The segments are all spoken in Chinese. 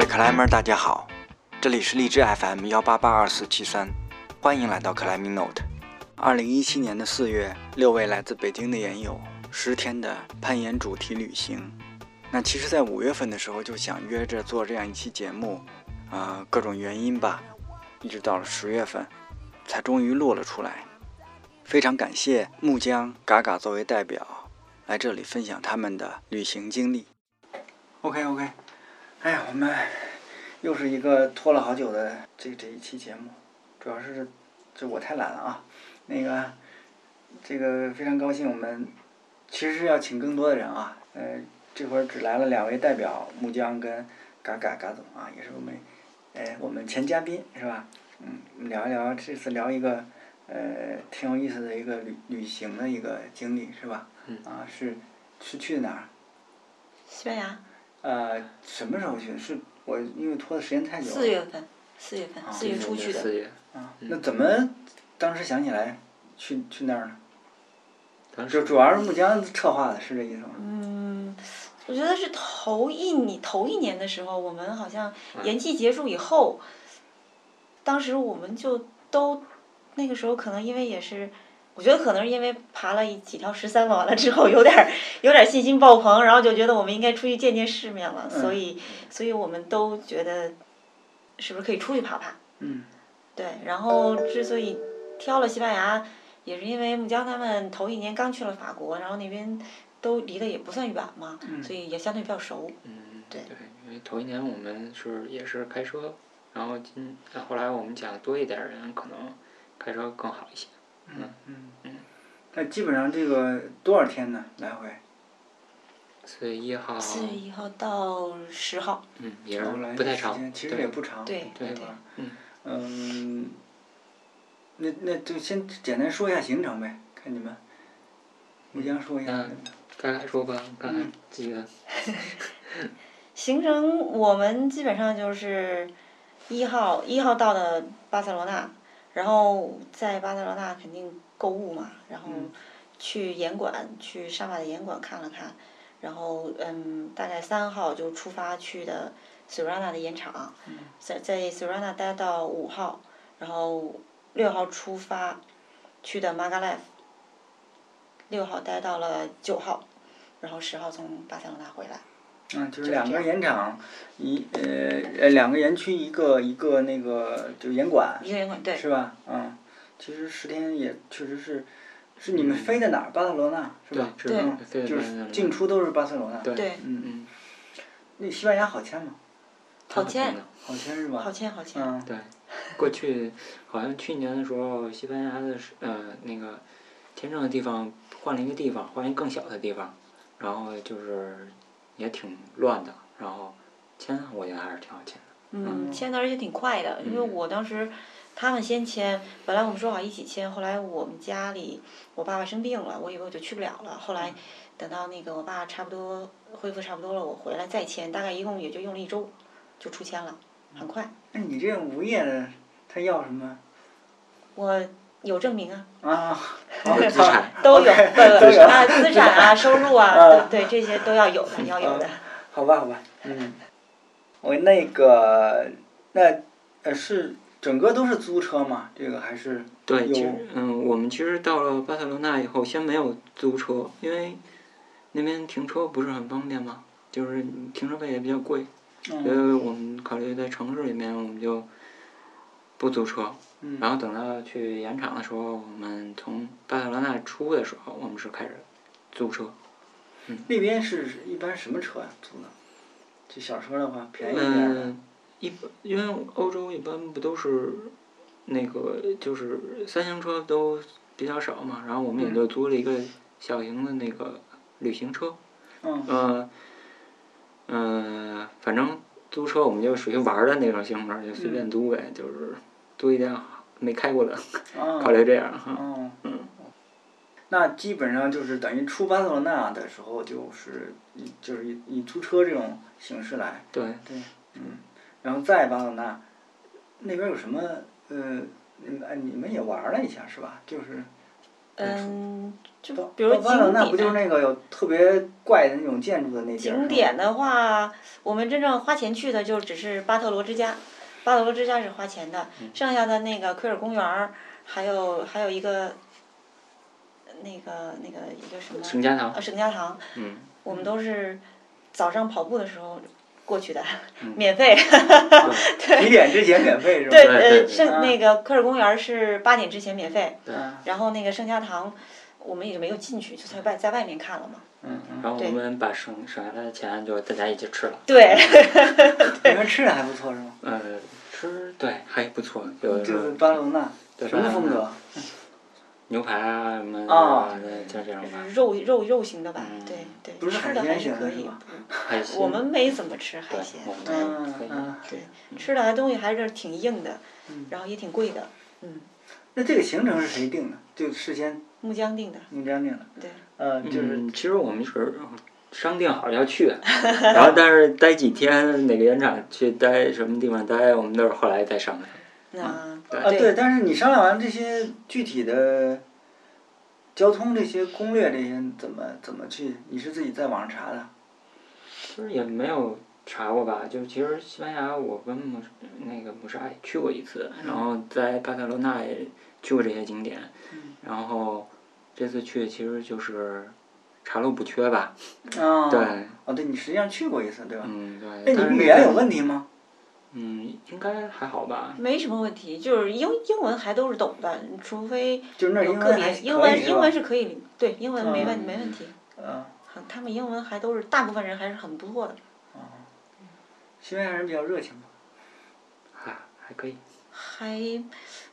位克莱们儿，大家好，这里是荔枝 FM 幺八八二四七三，欢迎来到克莱米 Note。二零一七年的四月，六位来自北京的研友十天的攀岩主题旅行。那其实，在五月份的时候就想约着做这样一期节目，呃，各种原因吧，一直到了十月份，才终于录了出来。非常感谢木江、嘎嘎作为代表来这里分享他们的旅行经历。OK OK，哎呀，我们又是一个拖了好久的这这一期节目，主要是就我太懒了啊。那个，这个非常高兴，我们其实是要请更多的人啊。呃，这会儿只来了两位代表，木江跟嘎嘎嘎总啊，也是我们，呃，我们前嘉宾是吧？嗯，我们聊一聊这次聊一个呃挺有意思的一个旅旅行的一个经历是吧？嗯啊，是是去哪儿？西班牙呃，什么时候去？是我因为拖的时间太久了。四月份，四月份啊，四月初去的。四月，啊，那怎么当时想起来去去那儿呢？当就时主要是木江策划的，是这意思吗？嗯，我觉得是头一年头一年的时候，我们好像延期结束以后，当时我们就都那个时候可能因为也是。我觉得可能是因为爬了一几条十三完了之后，有点儿有点儿信心爆棚，然后就觉得我们应该出去见见世面了，嗯所以所以我们都觉得是不是可以出去爬爬？嗯对，然后之所以挑了西班牙，也是因为木江他们头一年刚去了法国，然后那边都离得也不算远嘛，嗯所以也相对比较熟。嗯，对因为头一年我们是也是开车，然后今后来我们想多一点人，可能开车更好一些。嗯嗯嗯。那基本上这个多少天呢？来回？四月一号，四月一号到十号，嗯，也然后来是不太时长间，其实也对，不长，对对吧？嗯嗯。那那就先简单说一下行程呗，看你们。木江说一下。嗯刚才说吧，刚嗯才这个行程我们基本上就是一号一号到的巴塞罗那，然后在巴塞罗那肯定购物嘛，然后嗯去岩馆去沙马的岩馆看了看，然后嗯，大概三号就出发去的 Serana 的盐场，在在 Serana 待到五号，然后六号出发去的 m a g a l e f 六号待到了九号，然后十号从巴塞罗那回来。嗯，就是就两这个样盐场，一呃呃两个盐区，一个一个那个就盐馆，一个人管对，是吧？嗯，其实十天也确实是，是你们飞的哪儿？巴塞罗那是吧？嗯对是嗯对就对对是对进出都是巴塞罗那。对对嗯，嗯，那西班牙好签吗？好签，好签是吧？哦好签，好签。嗯对，过去好像去年的时候，西班牙的是呃那个签证的地方换了一个地方，换一个更小的地方，然后就是也挺乱的，然后签我觉得还是挺好签的。嗯，签的而且挺快的，因为嗯我当时他们先签，本来我们说好一起签，后来我们家里我爸爸生病了，我以为我就去不了了，嗯后来等到那个我爸差不多恢复差不多了，我回来再签，大概一共也就用了一周就出签了，很快。那你这无业的，他要什么我有证明啊， 啊？有资产，都有， OK，对都有啊，资产啊，收入啊啊，对这些都要有的，要有的。好吧，好吧，嗯，我那个那呃是整个都是租车吗？这个还是对，其有实嗯，我们其实到了巴塞罗那以后，先没有租车，因为那边停车不是很方便嘛，就是停车费也比较贵，所嗯以我们考虑在城市里面，我们就不租车。嗯然后等到去盐场的时候，我们从巴塞罗那出的时候，我们是开始租车。那边是一般什么车呀、啊租的？这小车的话便宜一点的。嗯，一般因为欧洲一般不都是那个就是三厢车都比较少嘛，然后我们也嗯就租了一个小型的那个旅行车。嗯呃，呃，反正租车我们就属于玩儿的那种性质，就随嗯便租呗，就是租一辆没开过的，啊嗯考虑这样哈。嗯，那基本上就是等于出巴塞罗那的时候，就是以就是以以租车这种形式来，对，嗯，然后在巴塞罗那那边有什嗯么呃，你们哎你们也玩了一下是吧？就是嗯，就东比如东方景人那不就是点。那个有特别怪的那种建筑的那地儿？景点的话，我们真正花钱去的就只是巴特罗之家，巴特罗之家是花钱的，嗯剩下的那个奎尔公园儿，还有还有一个，那个那个一个什么沈家堂，呃，沈家堂，嗯，我们都是早上跑步的时候过去的，免费。是吧？几点之前免费是吧？对，嗯对对呃，对圣嗯那个科尔公园是八点之前免费，对，然后那个圣家堂，我们也就没有进去，就在外在外面看了嘛。嗯嗯，然后我对们把省省下来的钱就大家一起吃了，对， 你们吃的还不错是吗？呃，吃对还不错，有的时就候是巴塞罗那，对什么风格？牛排啊什么啊的，像这样吧，肉肉肉型的吧，嗯对对，不是海吃的还鲜型的可是以嗯吧。海鲜，我们没怎么吃对海鲜，，我们对嗯可以嗯对，吃的还东西还是挺硬的，然后也挺贵的，嗯，那这个行程是谁定的？就事先木匠定的，你这样定的？对，呃，就是嗯，其实我们是商定好要去，然后但是待几天哪个原厂去待什么地方待，我们都是后来再商量。那对啊，对，但是你商量完这些具体的交通这些攻略这些怎么怎么去？你是自己在网上查的？其实也没有查过吧，就是其实西班牙我跟姆那个姆莎也去过一次，然后在巴塞罗那也去过这些景点，然后这次去其实就是查漏补缺吧，嗯啊，对，哦，对你实际上去过一次对吧？嗯那对，但是你语那言个有问题吗？嗯应该还好吧，没什么问题，就是英英文还都是懂的，除非就是那儿有英个文还别可以英文是英吧文是可以，对英文没问嗯没问题，嗯，很他们英文还都是大部分人还是很不错的，西班牙人比较热情嘛。还还可以，还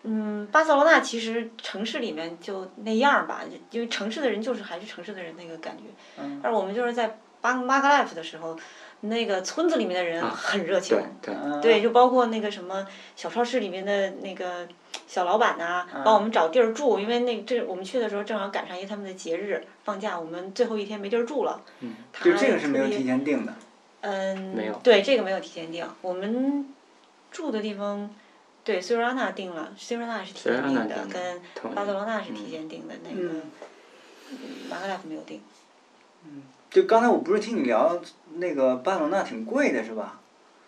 嗯巴塞罗那其实城市里面就那样儿吧，因为城市的人就是还是城市的人那个感觉，嗯而我们就是在巴马格莱夫的时候，那个村子里面的人啊很热情对，对，嗯，对，就包括那个什么小超市里面的那个小老板呐、嗯帮我们找地儿住，因为那这我们去的时候正好赶上一个他们的节日放假，我们最后一天没地儿住了。嗯他就这个是没有特别提前定的。嗯，没有对，这个没有提前定，我们住的地方。对，塞罗那定了，塞罗那是提前定 Serrana 的，定的跟同巴意塞罗那是提前定的，那个嗯马格莱夫没有定。就刚才我不是听你聊那个巴塞罗那挺贵的是吧？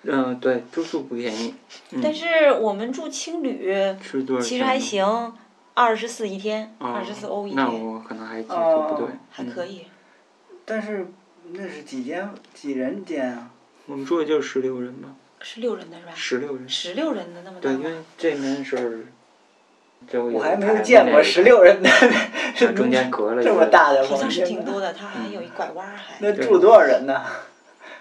嗯，对，住宿不便宜，嗯但是我们住青旅，吃多少其实钱还呢，行，二十四一天，哦二十四欧一那天，我可能还记得不对哦，还可以。但是那是几间几人间啊？嗯我们住的就是十六人吧，是六人的是吧？十六人。十六人的那么大对，因吗？为这边是，就我还没有见过十，六 人的，它中间隔了 一这么个，大的好房像是间挺吗，多的，它还有一拐弯儿还。嗯那住多少人呢？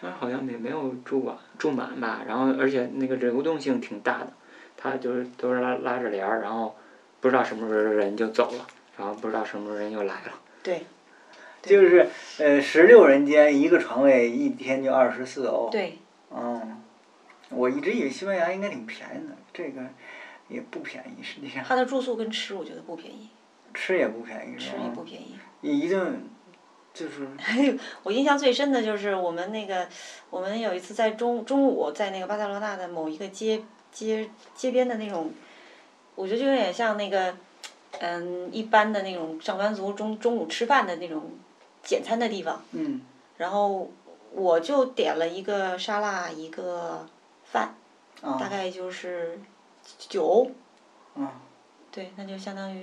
但是好像也没有住满住满吧。然后而且那个流动性挺大的，它就是都是拉拉着帘儿，然后不知道什么时候人就走了，然后不知道什么时候人又来了。对， 就是呃，十六人间一个床位，一天就二十四欧。对，嗯，我一直以为西班牙应该挺便宜的，这个也不便宜，实际上它的住宿跟吃我觉得不便宜，吃也不便宜，是吃吧也哦不便宜。一顿就是我印象最深的就是我们那个，我们有一次在中中午在那个巴塞罗那的某一个街街街边的那种，我觉得就有点像那个，嗯，一般的那种上班族中中午吃饭的那种简餐的地方。嗯然后我就点了一个沙拉，一个饭，啊大概就是九欧，啊对，那就相当于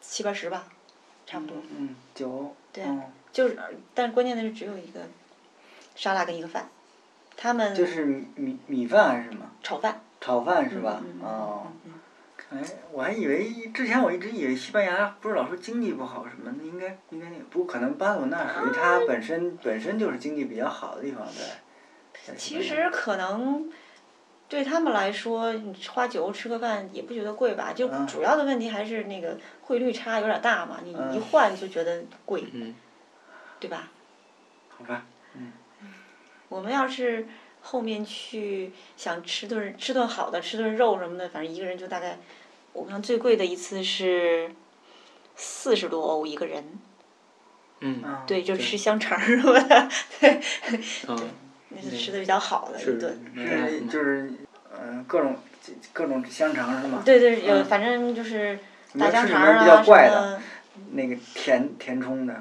七八十吧，差不多。嗯九欧对嗯就是，但关键的是只有一个沙拉跟一个饭，他们就是米米米饭还是什么炒饭炒饭是吧？嗯嗯嗯哦。嗯嗯哎，我还以为之前我一直以为西班牙不是老说经济不好什么的，应该应该那个不可能巴塞罗那属于啊它本身本身就是经济比较好的地方，对。在西其班牙实可能对他们来说，你花九欧吃个饭也不觉得贵吧？就嗯主要的问题还是那个汇率差有点大嘛，你嗯一换就觉得贵，嗯，对吧？好吧，我们要是后面去想吃顿吃顿好的，吃顿肉什么的，反正一个人就大概，我看最贵的一次是四十多欧一个人，嗯，嗯，对，就对吃香肠什么的，对，嗯，那是吃的比较好的是一顿。是就是嗯各种各种香肠是吗？对对，有嗯反正就是有没大有香吃什肠啊么比什较怪的？么，那个填填充的。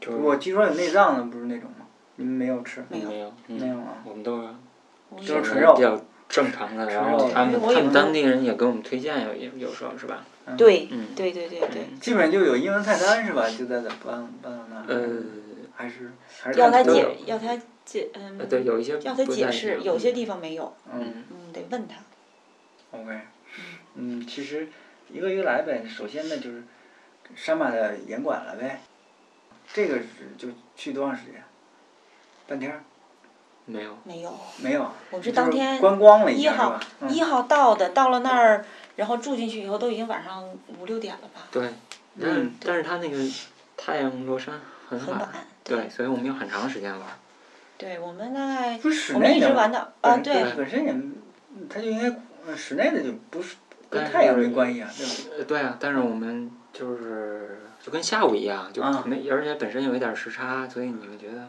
就是我据说有内脏的，不是那种吗？你们没有吃？没有没有没有嗯啊我们都是就是纯肉比较正常的，然纯后肉他因为们我他有们当地人也给我们推荐有有有时候是吧？对嗯对对对对，基本上就有英文菜单是吧？就在咱搬搬到那儿。呃，还是还是要他看图解的要他解嗯呃，对，有一些要他不解太一释，样有些地方没有，嗯嗯，得问他。 ，OK，嗯，其实一个一个来呗。首先呢，就是山马的严管了呗。这个是就去多长时间？半天儿没有，没有，没有啊。我们就是当天观光了一一下是号吧？嗯，一号到的，到了那儿，然后住进去以后都已经晚上五六点了吧，对，但是嗯但是他那个太阳落山很很晚。对，所以我们有很长时间玩儿。对，我们大概不是室我们内一直的吗？玩到啊，本身对，本身也，它就应该呃室内的就不是跟但是太阳没关系啊，对吧？呃，对啊，嗯但是我们就是就跟下午一样，就啊没，而且本身有一点时差，所以你们觉得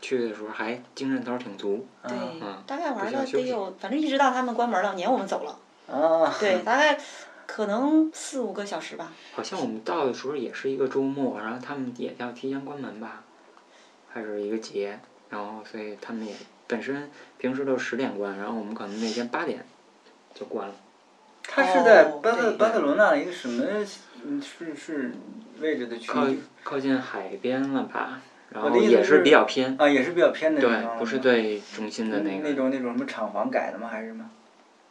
去的时候还精神头儿挺足。对啊，嗯大概玩不想了休得息有，反正一直到他们关门了，撵我们走了。啊， 对，大概可能四五个小时吧。好像我们到的时候也是一个周末，然后他们也要提前关门吧，还是一个节，然后所以他们也本身平时都是十点关，然后我们可能那天八点就关了。它是在哦巴塞对巴塞罗那的一个什么嗯是是位置的区靠域靠近海边了吧，然我后哦的意思也是比较偏，啊，也是比较偏的地方对，吗，不是对中心的那那个，种那种什么厂房改的吗？还是什么？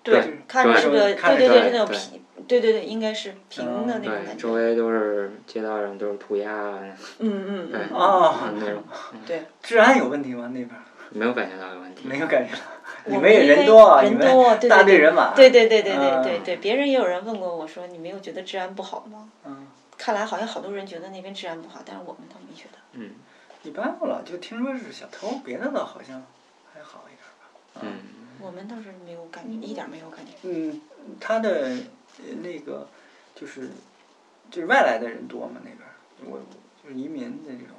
对看着对是个，看嗯对着对对对，是那种对平，对对对，应该是平的那种对，感周觉。围都是街道上都是涂鸦啊嗯嗯对嗯，哦，那 种，治安有问题吗？那边儿没有感觉到有问题。没有感 觉到，你我们也因人为多啊，你人们多，对大对队对。人马，对对对对对对嗯对，别人也有人问过我说，你没有觉得治安不好吗？嗯，看来好像好多人觉得那边治安不好，但是我们倒没觉得。嗯一般不老就听说是小偷，别的倒好像还好一点儿吧。嗯，我们倒是没有感觉，一点没有感觉。嗯，他的呃那个就是就是外来的人多嘛那边儿，我就是移民的这种，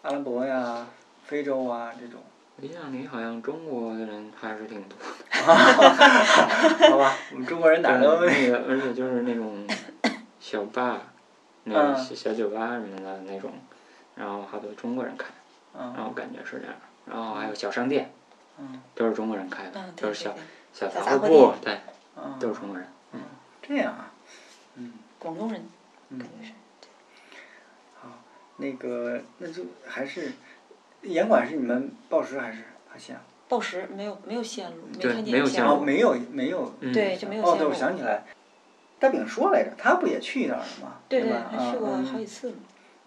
阿拉伯呀、非洲啊这种，印象里好像中国的人还是挺多。好吧，我们中国人哪儿都那 个，而且就是那种小坝，那嗯个小小酒吧什么的那种，然后好多中国人开，然嗯后感觉是这样，然后还有小商店嗯都是中国人开的嗯，，都对是对小对，小小杂货杂货铺，对，嗯，都是中国人。这样啊，嗯广东人嗯感，觉是。好，那个那就还是严管是你们报时还是啊发现了？报时没有没有线路，没对看见没有线线哦，路没有没有，嗯对，就没有哦，线对，路我。想起来，大饼说来着，他不也去那儿了吗？对吧？他去过嗯嗯好几次了。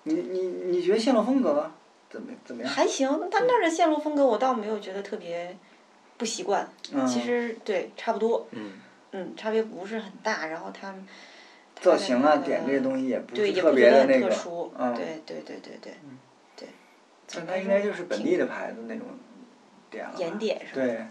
你你你觉得线路风格怎么怎么样？还行，他们那儿的线路风格我倒没有觉得特别不习惯。嗯，其实对，差不多，嗯，嗯，差别不是很大。然后他们他造的型那啊、个点这些东西也不对是也特不别觉的得那很个特，殊。嗯对对对对对嗯，对。但总它的应该说就是本挺地的牌子那种点了吧。盐点是吧？对，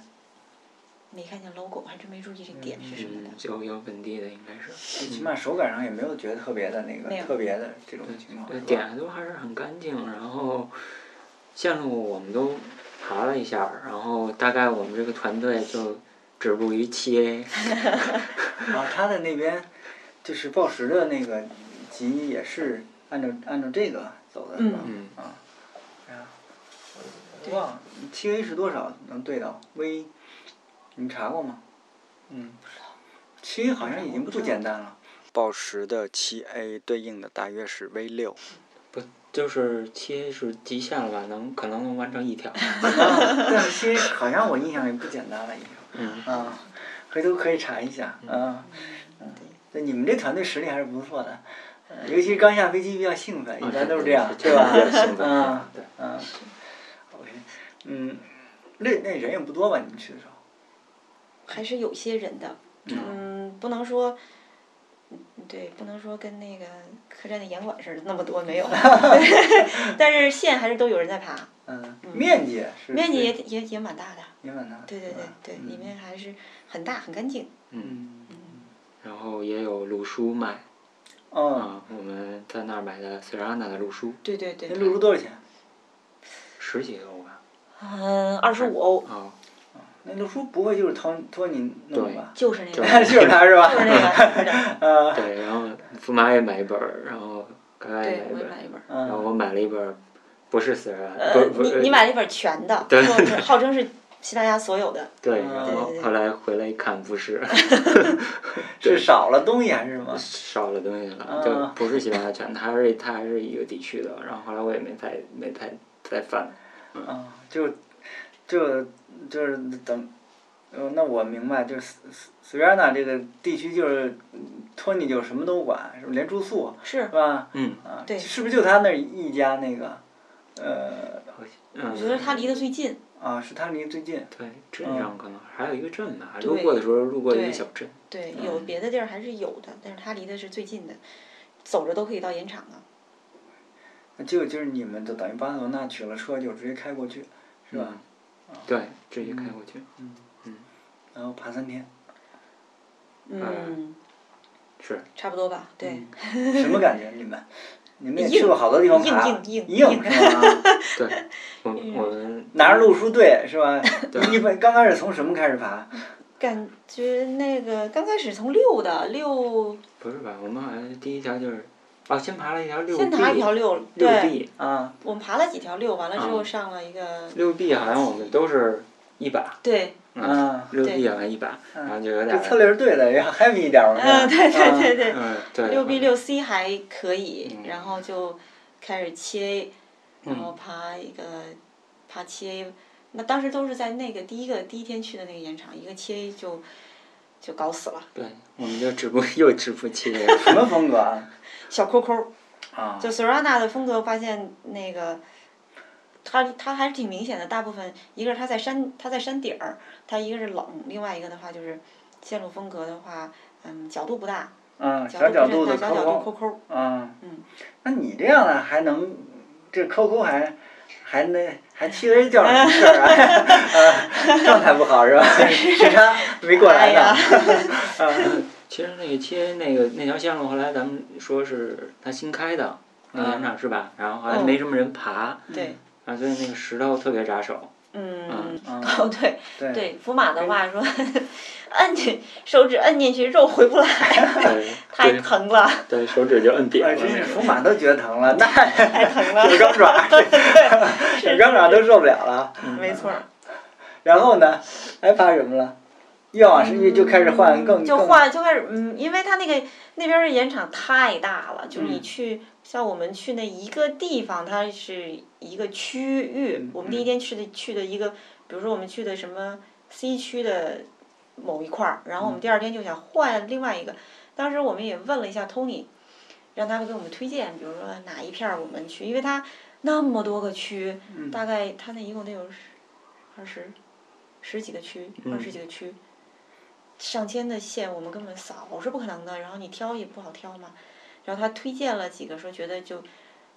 没看见 logo，还真没注意这点是什么的嗯，。有有本地的应该是，最起码手感上也没有觉得特别的那没个有特别的这种情况。对，是吧点的都还是很干净，然后线路我们都爬了一下儿，然后大概我们这个团队就止步于七 A，啊，他的那边就是报时的那个级也是按照按照这个走的，是吧？嗯啊，哎呀，我忘了七 A 是多少能对到 V，你查过吗？嗯，七 A 好像已经不简单了。报时的七 A 对应的大约是 V 六，就是七 A 是极限了吧，能可能能完成一条。但是七 A 好像我印象里不简单了已经嗯，啊，回头可以查一下啊。嗯对，你们这团队实力还是不错的，呃尤其是刚下飞机比较兴奋，啊嗯一般都是 这样，对吧？比较兴奋嗯对嗯，OK，嗯，那那人也不多吧？你们去的时候？还是有些人的，嗯，不能说，嗯对，不能说跟那个客栈的严管似的那么多没有， 但是线还是都有人在爬，嗯，嗯面积是面积也是也也蛮大的，也蛮大的，对对是吧对对，嗯里面还是很大很干净，嗯，嗯然后也有卤书卖哦，嗯啊，我们在那儿买的塞拉纳的卤书，对对对那，露出多少钱？十几欧吧。嗯，二十五欧啊，那露出不会就是托托你弄的吧？就是 那个，对就是就是他是吧？那个，是的呃，对，然后驸马也买一本儿，然后刚刚也买，一对我也本，买一本。然后嗯，我买了一本，不是四十万，呃，不不，你你买了一本全的，对号称号称是西班牙所有的，对，嗯然对后对对后来回来一看不 是，是少了东西还是吗？少了东西了，嗯啊就不是西班牙犬，它还是它还是一个地区的，然后后来我也没太没太再翻，啊，就就就是怎么？呃，那我明白，就是斯斯斯维尔纳这个地区就是嗯托尼就什么都管，是不是连住宿是是吧？嗯啊，对是不是就他那儿一家那个？呃，我觉得嗯，它离得最近。啊，是他离最近对，镇上可能还有一个镇呢，对路过的时候路过一个对小镇，对，有别的地儿还是有的，但是它离得是最近的，走着都可以到盐场的。就就是你们就等于巴塞罗那取了车就直接开过去，是吧？对，直接开过去，然后爬三 天，啊嗯，是差不多吧。对，什么感觉？你们你们也硬去过好多地方爬，硬硬硬硬是吧？ 对，我我们拿着路书队是吧？你们刚开始从什么开始爬？感觉那个刚开始从六的六，不是吧？我们好像第一条就是，哦，先爬了一条六 B，先爬一条六，六对， B，啊，我们爬了几条六，完了之后嗯上了一 个，六 B 好像我们都是一把，对，嗯六 B 好像一把，然后就有这点，策略是对的，要 happy 一点嘛。嗯，是吧对对对对，嗯，对，六 B 六 C 还可以，嗯然后就开始切，然后嗯，爬一个爬切，那当时都是在那个第一个第一天去的那个盐场，一个切就就搞死了，对，我们就止步 又止步七年，什么风格啊？小抠抠。啊，就索拉纳的风格，我发现那个。它它还是挺明显的，大部分一个是它在山它在山顶儿，它一个是冷，另外一个的话就是线路风格的话，嗯，角度不大，嗯，角小角度度不的是很大，抠小角度抠，抠抠，嗯嗯，那你这样的还能，这抠抠还还那还替人叫什么事儿啊？啊，状态不好是 吧？时差没过来哎呀呢。嗯 其实那个切那个那条线路后来咱们说是它新开的，那个嗯原厂是吧？然后后来没什么人爬，哦对，啊，所以那个石头特别扎手，嗯，嗯哦 对对对，福马的话说， 摁进手指摁进去肉回不来，对， 太对疼了，对，手指就摁扁哎，了真是那福种。马都觉得疼了，那太疼了，小钢 爪，小钢爪都受不了了。没错儿，然后呢，还怕什么了？越往深就就开始换更嗯就更换就开始嗯，因为它那个那边儿的盐场太大了，就是嗯你去、像我们去那一个地方，它是一个区域。嗯我们第一天去的去的一个，比如说我们去的什么 C 区的某一块儿，然后嗯我们第二天就想换另外一个。当时我们也问了一下 Tony，让他们给我们推荐，比如说哪一片儿我们去，因为它那么多个区，大概它那一共得有十二十十几个区，二十几个区。上千的线我们根本扫是不可能的，然后你挑也不好挑嘛。然后他推荐了几个，说觉得就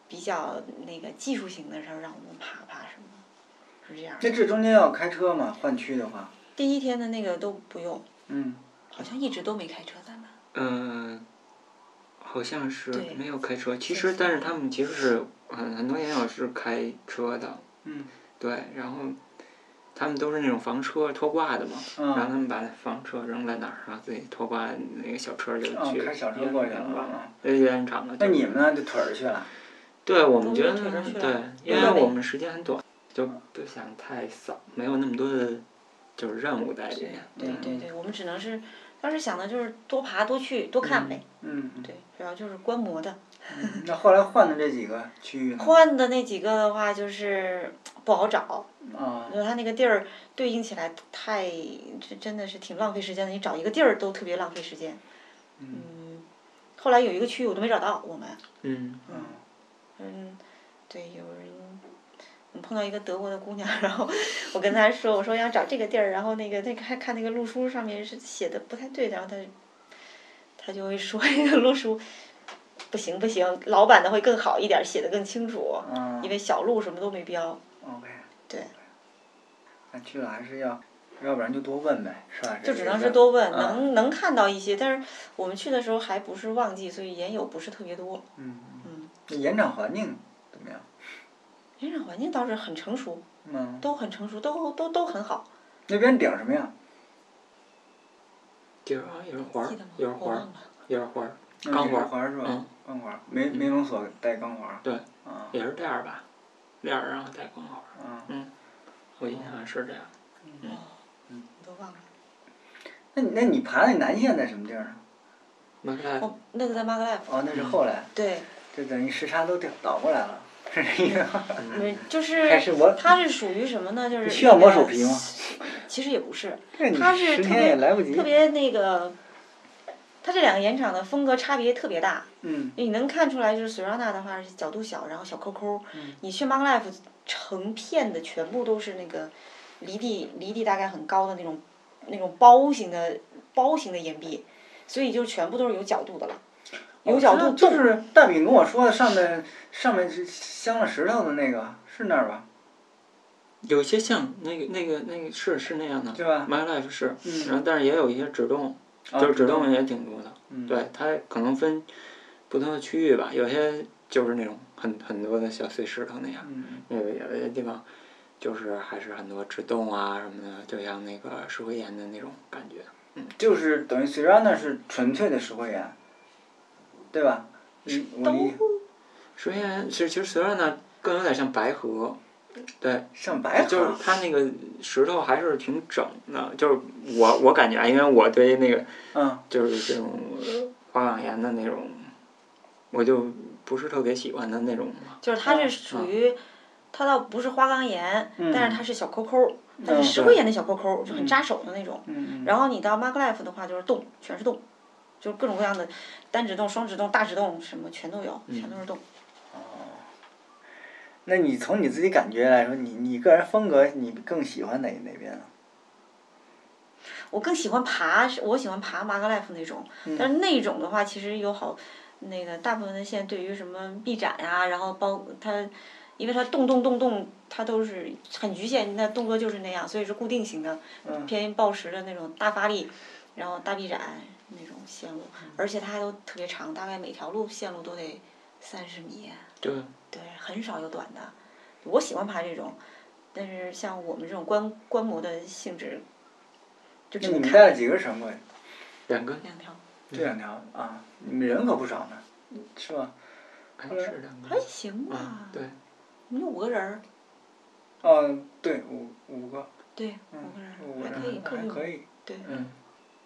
比较那个技术型的，然后让我们爬爬什么的，是这样的。那这中间要开车嘛？换区的话，第一天的那个都不用，嗯，好像一直都没开车，咱们嗯，好像是对没有开车。其实，但是他们其实是很很多研友是开车的。嗯。对，然后他们都是那种房车拖挂的嘛，然后嗯，他们把那房车扔在哪儿，然后自己拖挂那个小车就嗯去开小车过去了啊了，对，烟厂了。那你们呢？就腿儿去了。对，我们都觉得是腿上去对了，因都为累我们时间很短，就不想太扫，没有那么多的，就是嗯任务在里面。对对对，我们只能是当时想的就是多爬多去多看呗，嗯，对，主要就是观摩的。那后来换的这几个区域呢？换的那几个的话就是不好找，啊，因为它那个地儿对应起来太，这真的是挺浪费时间的。你找一个地儿都特别浪费时间。嗯，后来有一个区域我都没找到，我们，嗯，嗯，嗯，对，有人。我碰到一个德国的姑娘，然后我跟她说，我说我想找这个地儿，然后那个那个还看那个路书上面是写的不太对，然后她，她就会说 那个路书，不行不行，老版的会更好一点，写的更清楚，啊因为小路什么都没标， ，OK。对。那去了还是要，要不然就多问呗，是吧？就这只个能事是儿多问，啊能能看到一些，但是我们去的时候还不是旺季，所以盐友不是特别多。嗯嗯，那延展环境怎么样？盐场环境倒是很成熟，嗯，都很成熟，都都都很好。那边顶什么样？地儿啊，一会儿环记儿得吗，？一会儿我环忘儿，了。一会儿环儿，那钢也是管儿环是吧嗯？钢管儿没没龙锁带钢环儿。对啊。也是戴尔吧，链儿然后戴光环儿，啊，我印象是这样。嗯哦我都忘了。那你那你爬那南线在什么地儿呢？迈克莱哦，那个在 Mark Life，哦，那是后来，对，这等于时差都调倒过来了，是这意思吗？嗯，就是还是我它是属于什么呢？就是你需要那个磨手皮吗？嗯其实也不是，这你它是十特天也别来不及特。别那个，它这两个盐场的风格差别特别大。嗯你能看出来，就是 s e r a n a 的话是角度小，然后小抠抠。嗯你去 m a g Life 成片的全部都是那个离地离地大概很高的那种那种包型的包型的岩壁，所以就全部都是有角度的嗯了，有角度就动。是大饼跟我说的上面上面是镶了石头的那个，是那儿吧？有些像那个那个那个是是那样的，对吧？迈克莱是，嗯然后但是也有一些指动，啊就是指动也挺多的。嗯，对，它可能分不同的区域吧，有些就是那种很很多的小碎石头那样，嗯有有些地方就是还是很多制动啊什么的，就像那个石灰岩的那种感觉。就是等于 Serana 是纯粹的石灰岩，对吧？嗯，我理解石灰岩其实其实虽然呢更有点像白河，对，上白就是河，它那个石头还是挺整的，就是我我感觉啊，因为我对那个嗯，就是这种花岗岩的那种，我就不是特别喜欢的那种嘛。就是它是属于，它倒不是花岗岩，嗯但是它是小抠抠，它嗯是石灰岩的小抠抠，就很扎手的那种。嗯然后你到 Mark Life 的话，就是洞，全是洞，就是各种各样的单指洞、双指洞、大指洞什么全都有，嗯全都是洞。那你从你自己感觉来说，你你个人风格，你更喜欢哪哪边啊？我更喜欢爬，是我喜欢爬 Mark Life 那种，但是那种的话其实有好，那个大部分的线对于什么臂展啊，然后包它。因为它动动动动，它都是很局限，那动作就是那样，所以是固定型的，嗯偏暴食的那种大发力，然后大臂展那种线路，嗯而且它还都特别长，大概每条路线路都得三十米，对，对，很少有短的。我喜欢爬这种，但是像我们这种观观摩的性质，就那只你们能看带了几个神嗯棍？两个两条。这两条啊，你们人可不少呢，是吧？还哎是两个还哎行啊吧，，嗯对。我们有五个人儿，哦，对，五五个，对，嗯五个人儿，五个还可以，人各还有可以，对，嗯，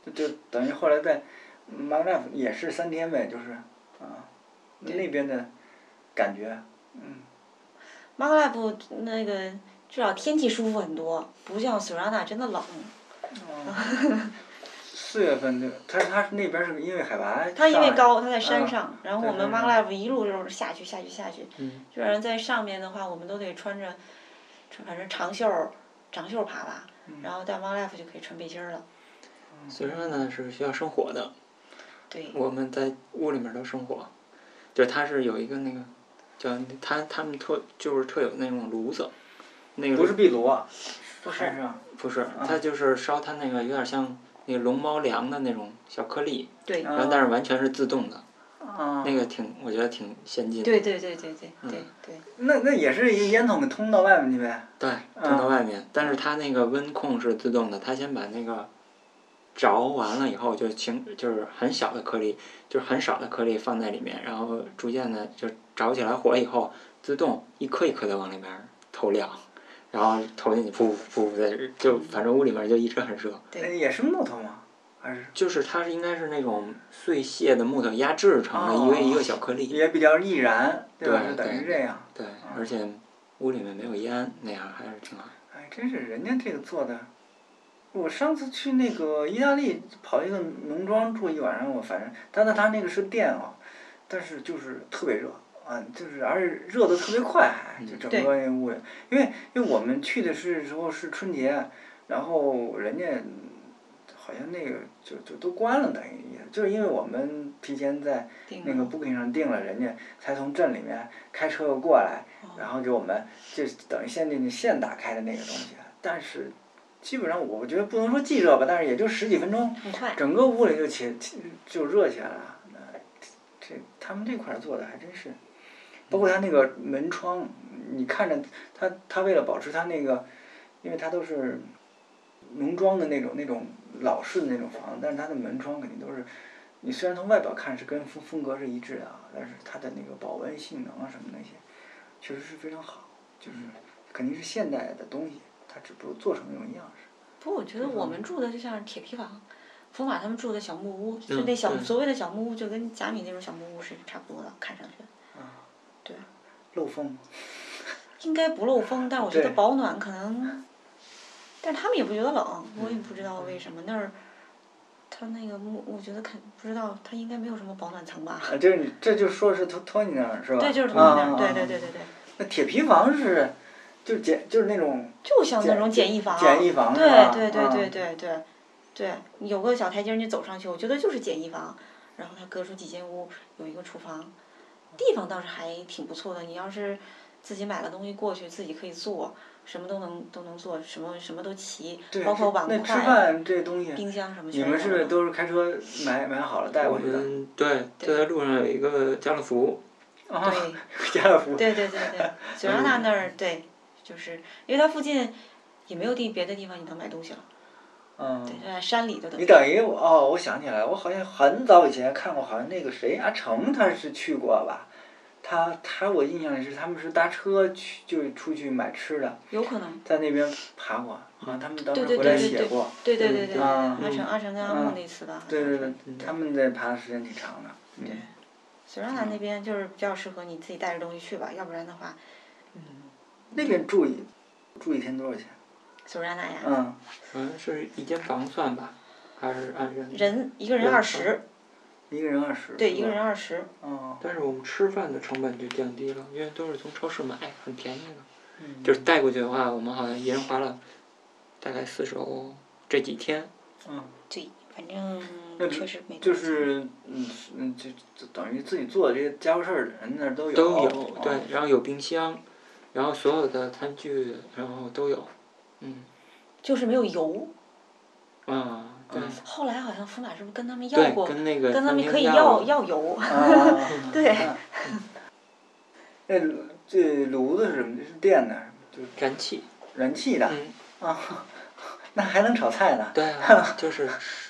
就就等于后来在 m a g r a f 也是三天呗，就是啊，对那边的感觉，嗯，马格拉布那个至少天气舒服很多，不像索拉纳真的冷。嗯哦四月份就他他那边是因为海拔上来，它因为高，它在啊山上，然后在我们山 m a 上 g l i f 一路就是下去下去下去，嗯就让人在上面的话，我们都得穿着，穿反正长袖儿长袖儿爬吧，嗯然后到 m a g l i f 就可以穿背心儿了。所以说呢是需要生火的，嗯对，我们在屋里面都生火，就是它是有一个那个叫它他们特就是特有那种炉子，那个不是啊壁炉啊，不还是，是不是它就是烧它那个有点像那个龙猫粮的那种小颗粒，对，哦然后但是完全是自动的，啊，那个挺我觉得挺先进的，对对对对对嗯对对，那那也是一个烟筒给通到外面去呗，啊对，通嗯到外面，但是它那个温控是自动的，它先把那个。着完了以后，就请就是很小的颗粒，就是很少的颗粒放在里面，然后逐渐的就着起来火以后，自动一颗一颗的往里面投料，然后投进去，噗噗噗的，就反正屋里面就一直很热。对那也是木头吗？还是就是它是应该是那种碎屑的木头压制成的一个哦一个小颗粒，也比较易燃，对吧？对就等于对这样，对，而且屋里面没有烟，那样还是挺好。哎，真是人家这个做的。我上次去那个意大利跑一个农庄住一晚上，我反正，但是他那个是电啊，但是就是特别热啊，就是而且热的特别快，还就整个那屋里，因为因为我们去的是时候是春节，然后人家好像那个就就都关了，等于也就是因为我们提前在定那个 Booking 上订了，人家才从镇里面开车又过来，然后给我们就是等于限定现打开的那个东西。啊但是基本上我觉得不能说既热吧，但是也就十几分钟，很快，整个屋里就起起就热起来了。那这他们这块儿做的还真是，包括他那个门窗，你看着他他为了保持他那个，因为他都是农庄的那种那种老式的那种房子，但是他的门窗肯定都是你虽然从外表看是跟风风格是一致的啊，但是它的那个保温性能啊什么那些，确实是非常好，就是肯定是现代的东西，它只不过做成那种样式。不过我觉得我们住的就像是铁皮房，福马他们住的小木屋，就嗯那小对所谓的小木屋，就跟贾米那种小木屋是差不多的，看上去啊，对，漏风吗，应该不漏风，但是我觉得对保暖可能，但是他们也不觉得冷，我也不知道为什么那儿。他那个木，我觉得肯不知道，他应该没有什么保暖层吧？啊，就是你这就说是托托尼那儿是吧？对，就是他啊们那儿，对啊对啊对对对，那铁皮房是，就是简就是那种就像那种简简易房，简易房是对吧对对啊对对对，对，有个小台阶儿你走上去，我觉得就是简易房。然后它隔出几间屋，有一个厨房，地方倒是还挺不错的。你要是自己买了东西过去，自己可以做，什么都能都能做，什么什么都齐对，，包括是碗那吃筷、饭这东西，冰箱什么你全们是不是有。都是开车买买好了带我过去的？们对，就在路上有一个家乐福，啊，对家乐福对对对对，九阳大那儿对，就是因为它附近也没有地别的地方你能买东西了，嗯对，，就在山里都能你。等于我哦，我想起来，我好像很早以前看过，好像那个谁阿成他是去过吧？他他我印象里是他们是搭车去，就是出去买吃的，有可能，在那边爬过，好像他们当时对对回来对写过，对对对对对，啊阿成阿成跟阿木那次吧，好像对对是对，他们在爬的时间挺长的，嗯对，索尔塔那边就是比较适合你自己带着东西去吧，要不然的话，那边住一住一天多少钱？索尔塔呀，嗯，好像是一间房算吧，还是按人？人一个人人二十，一个人二十，对，嗯是一个吧人二十，哦，但是我们吃饭的成本就降低了，因为都是从超市买，很便宜的。嗯就是带过去的话，我们好像一人花了大概四十欧，这几天嗯，对，反正那确实没多就少钱是嗯嗯，就就等于自己做的这些家伙事儿的人那儿都有，都有哦对，然后有冰箱，然后所有的餐具，然后都有，嗯就是没有油。啊，对嗯后来好像福马是不是跟他们要对，过，跟那个跟他餐们厅可以要要要油，啊，对，那这炉子是什么？是电的，就是燃气，燃气的嗯，啊，那还能炒菜呢。对 啊，就是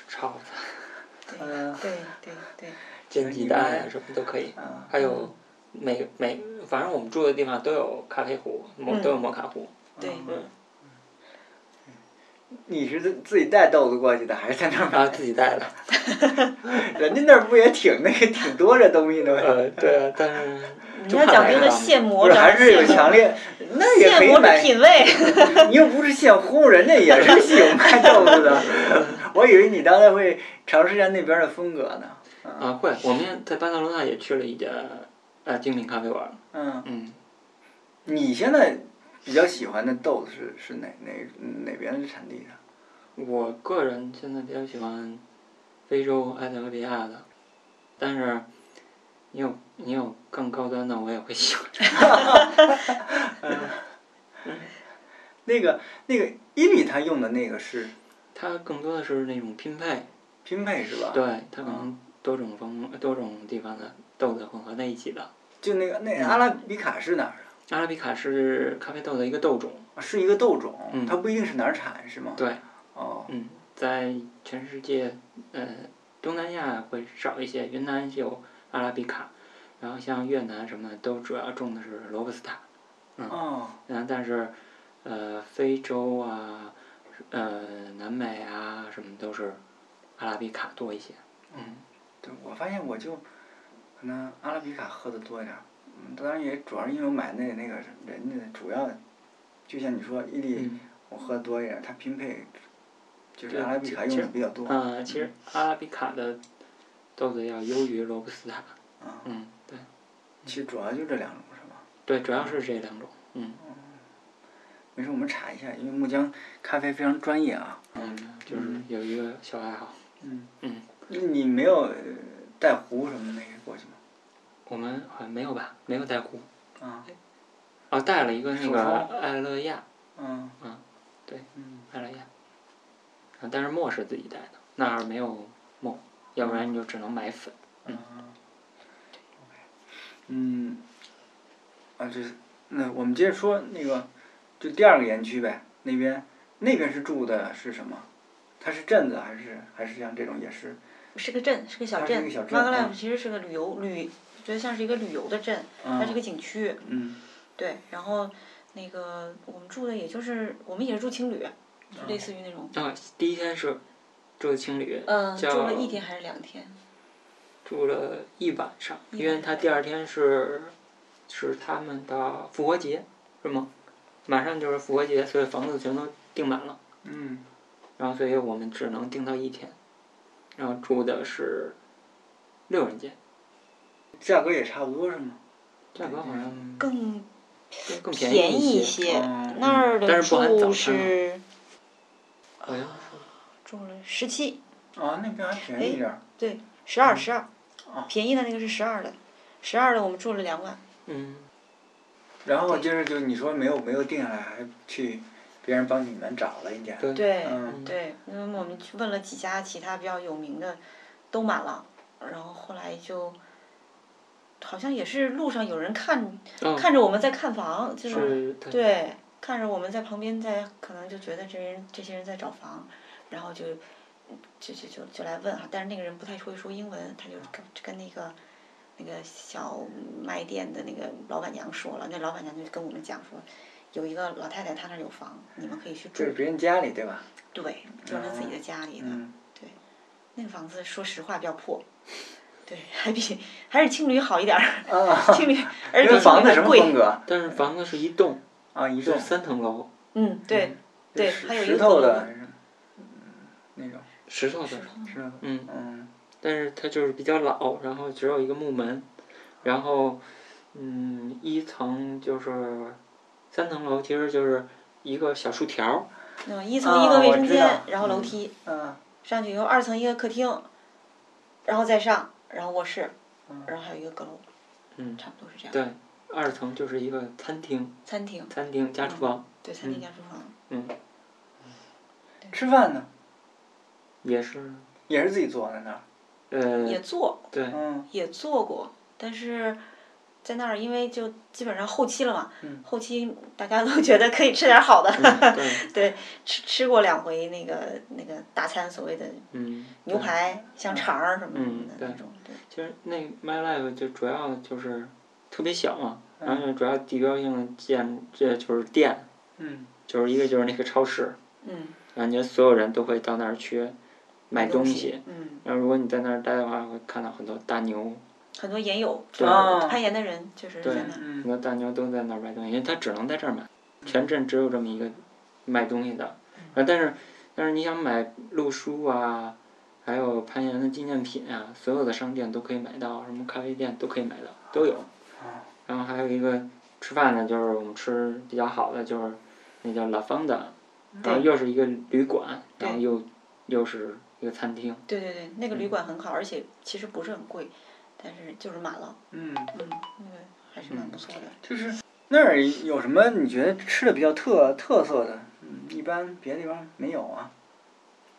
炒菜、嗯对对对，煎鸡蛋啊，什么都可嗯以。啊，还有每每反正我们住的地方都有咖啡壶，摩嗯都有摩卡壶。对嗯，你是自自己带豆子过去的，还是在那儿啊然后自己 带的。买？人家那儿不也挺那个挺多这东西的吗？呃，对啊，但是你要讲究的现磨，不是，讲还究是有现强磨，烈，那也可现以磨的买。品味。 你又不是现烘，人家也是喜欢卖豆子的。我以为你刚才会尝试一下那边的风格呢。啊会，我们也在巴塞罗那也去了一家呃精品咖啡馆。嗯，嗯，你现在比较喜欢的豆子是是哪哪哪边的产地的？我个人现在比较喜欢非洲埃塞俄比亚的，但是你有你有更高端的，我也会喜欢。那个那个伊利他用的那个是它更多的是那种拼配，拼配是吧？，对，它可能多种风呃多种地方的豆子混合在一起的。就那个嗯那阿拉比卡是哪儿的？阿拉比卡是咖啡豆的一个豆种，是一个豆种，嗯它不一定是哪儿产是吗？对，哦，嗯，在全世界，呃，东南亚会少一些，云南有阿拉比卡，然后像越南什么的都主要种的是罗布斯塔，嗯哦，然后但是，呃，非洲啊，呃，南美啊，什么都是阿拉比卡多一些，嗯，对，我发现我就可能阿拉比卡喝的多一点儿，嗯，当然也主要是因为我买那那个人家的主要，就像你说伊利，嗯，我喝的多一点儿，它拼配就是对阿拉比卡其用实的比较多，呃，其实阿拉比卡的豆子要优于罗布斯塔，啊，嗯，对，其实主要就这两种是吧？对，主要是这两种，嗯，没事，我们查一下，因为木江咖啡非常专业啊。嗯，就是有一个小爱好，嗯，嗯，那你没有呃带壶什么的那个过去吗？我们好像没有吧，没有带壶。啊，哦，带了一个那手个艾乐亚，嗯，嗯，对，嗯，艾乐亚，啊，但是墨是自己带的，那儿没有墨，要不然你就只能买粉。啊嗯，啊，这那我们接着说那个，就第二个园区呗，那边那边是住的是什么？它是镇子还是还是像这种也是是个镇，是个小它是镇个小。镇拉啊格莱姆其实是个旅游旅，觉得像是一个旅游的镇，它是个景区。嗯，对，然后那个我们住的也就是我们也是住青旅，就类似于那种，啊，第一天是住的青旅，嗯，住叫了一天还是两天？住了一晚上，一因为晚他上第二天是是他们的复活节，是吗？马上就是复活节，所以房子全都订满了，嗯，然后所以我们只能订到一天，然后住的是六人间，价格也差不多是吗？价格好像更更便便一宜一些，些嗯，那儿但的是不含早住餐啊是好像住了十七，啊，那边还便宜点儿。对，十二十二哦，便宜的那个是十二的，十二的我们住了两晚，嗯，然后接着就你说没有没有定下来，还去别人帮你们找了一点。对对嗯对，因为我们去问了几家其他比较有名的，都满了，然后后来就。好像也是路上有人看哦看着我们在看房，就是是对对，看着我们在旁边在，可能就觉得这人这些人在找房，然后就就就就就来问哈，但是那个人不太会说英文，他就跟跟那个那个小卖店的那个老板娘说了，那老板娘就跟我们讲说，有一个老太太她那儿有房，你们可以去住就是，别人家里对吧？对，就是她自己的家里的，嗯，那个房子说实话比较破。对，还比还是青旅好一点儿，啊， 青旅，而因且为青房旅子还什么风贵。格但是房子是一栋，啊？一是栋三层楼，嗯，对，对石还有一个石头可能的，嗯，那种石头是的，是吧？嗯。嗯，但是它就是比较老，然后只有一个木门，然后，嗯，一层就是三层楼，其实就是一个小竖条儿，那一层一个卫啊我生知间道，然后楼嗯梯，啊，上去以后，二层一个客厅，然后再上，然后卧室，嗯然后还有一个阁楼，嗯，差不多是这样。对二层就是一个餐厅，餐厅，餐厅加厨房对，餐嗯厅加厨房，吃饭呢也是，也是自己做的那儿，呃也，做对，嗯也做过，但是在那儿因为就基本上后期了嘛，嗯后期大家都觉得可以吃点好的，嗯对，吃吃过两回那个那个大餐，所谓的嗯，牛对。排、像肠儿什么什么嗯的对那种，对，其实那 My Life 就主要就是特别小嘛，嗯然后主要地标性建这就是店，嗯，就是一个就是那个超市，嗯，感觉所有人都会到那儿去买东西。，嗯，然后如果你在那儿待的话，会看到很多大牛，很多研友，对哦啊攀岩的人就是在对那儿，很嗯多大牛都在那儿卖东西，因为他只能在这儿买，全镇只有这么一个卖东西的。然后但是但是你想买路书啊，还有攀岩的纪念品啊，所有的商店都可以买到，什么咖啡店都可以买到，都有。啊然后还有一个吃饭呢，就是我们吃比较好的就是那叫拉方的，然后对又是一个旅馆，然后对又又是一个餐厅。对对对，那个嗯旅馆很好，而且其实不是很贵，但是就是满了，嗯，嗯，那个还是蛮不错的。就是那儿有什么你觉得吃的比较特特色的？嗯，一般别的地方没有啊，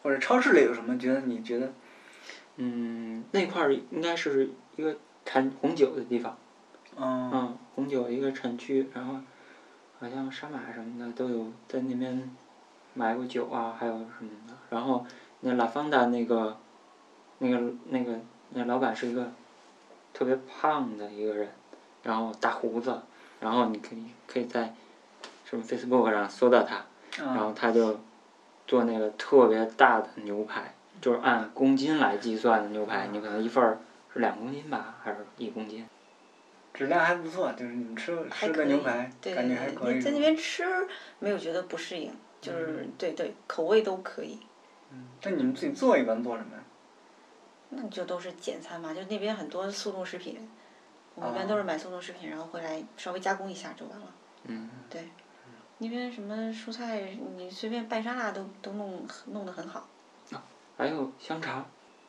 或者超市里有什么觉得你觉得嗯，那块儿应该是一个产红酒的地方，嗯嗯，红酒一个产区，然后好像沙马什么的都有在那边买过酒啊，还有什么的。然后那拉芳达那个那个那个那老板是一个特别胖的一个人，然后大胡子，然后你可以可以在什么 Facebook 上搜到他，然嗯后他就做那个特别大的牛排，就是按公斤来计算的牛排，你可能一份儿是两公斤吧，还是一公斤？质量还不错，就是你们吃吃还可的以牛排对感对觉还可对，以嗯是在那吧。边吃没有觉得不适应，就是对对，口味都可以。嗯那你们自己做一般做什么呀？那就都是简餐嘛，就那边很多速冻食品，我们一般哦都是买速冻食品，然后回来稍微加工一下就完了。嗯。那边什么蔬菜，你随便拌沙拉都都弄弄得很好。还有香肠，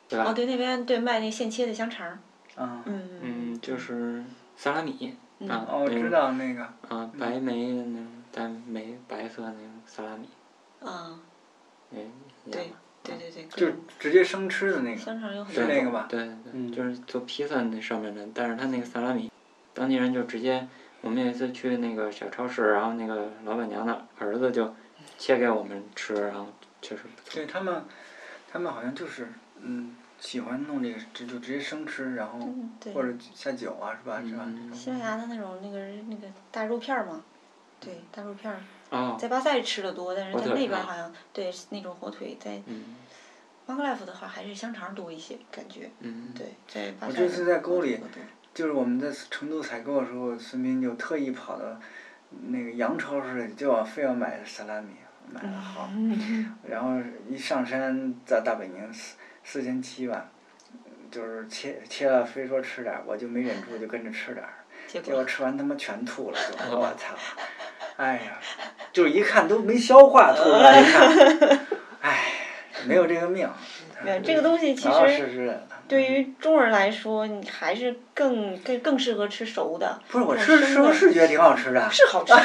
对吧？哦，对，那边对卖那现切的香肠儿，啊，嗯嗯，就是萨拉米嗯啊，哦，我那知种道那个，啊，白梅的那种，但梅白色那种萨拉米，啊，嗯，一样对嘛对对对，各就是种直接生吃的那个，香肠有很是多那种。个吧？对对嗯对，就是做披萨那上面的，但是他那个萨拉米，当地人就直接，我们有一次去那个小超市，然后那个老板娘的儿子就切给我们吃，然后确实不错，对他们，他们好像就是嗯，喜欢弄这个，这就直接生吃，然后嗯，对，或者下酒啊，是吧？是吧？嗯西班牙的那种那个那个大肉片儿嘛，对，大肉片儿，啊，在巴塞吃的多，但是火在腿那是边儿吧好像对那种火腿，在嗯 m a n g l i f e 的话还是香肠多一些，感觉嗯，对，在巴我塞这次在沟里火腿多就是我们在成都采购的时候，孙斌就特意跑到那个洋超市里，就要非要买萨拉米，买嗯了好，然后一上山在大本营四四千七吧，就是切切了非说吃点儿，我就没忍住就跟着吃点儿， 结结果果吃完他妈全吐了，就 我操！哎呀，就是一看都没消化，吐出来一看， 哎，没有这个命， 没有这个东西，哎其然后实是嗯是。对于中国人来说，你还是更更更适合吃熟的，不是我这吃种生吃的是觉得挺好吃的，是好吃，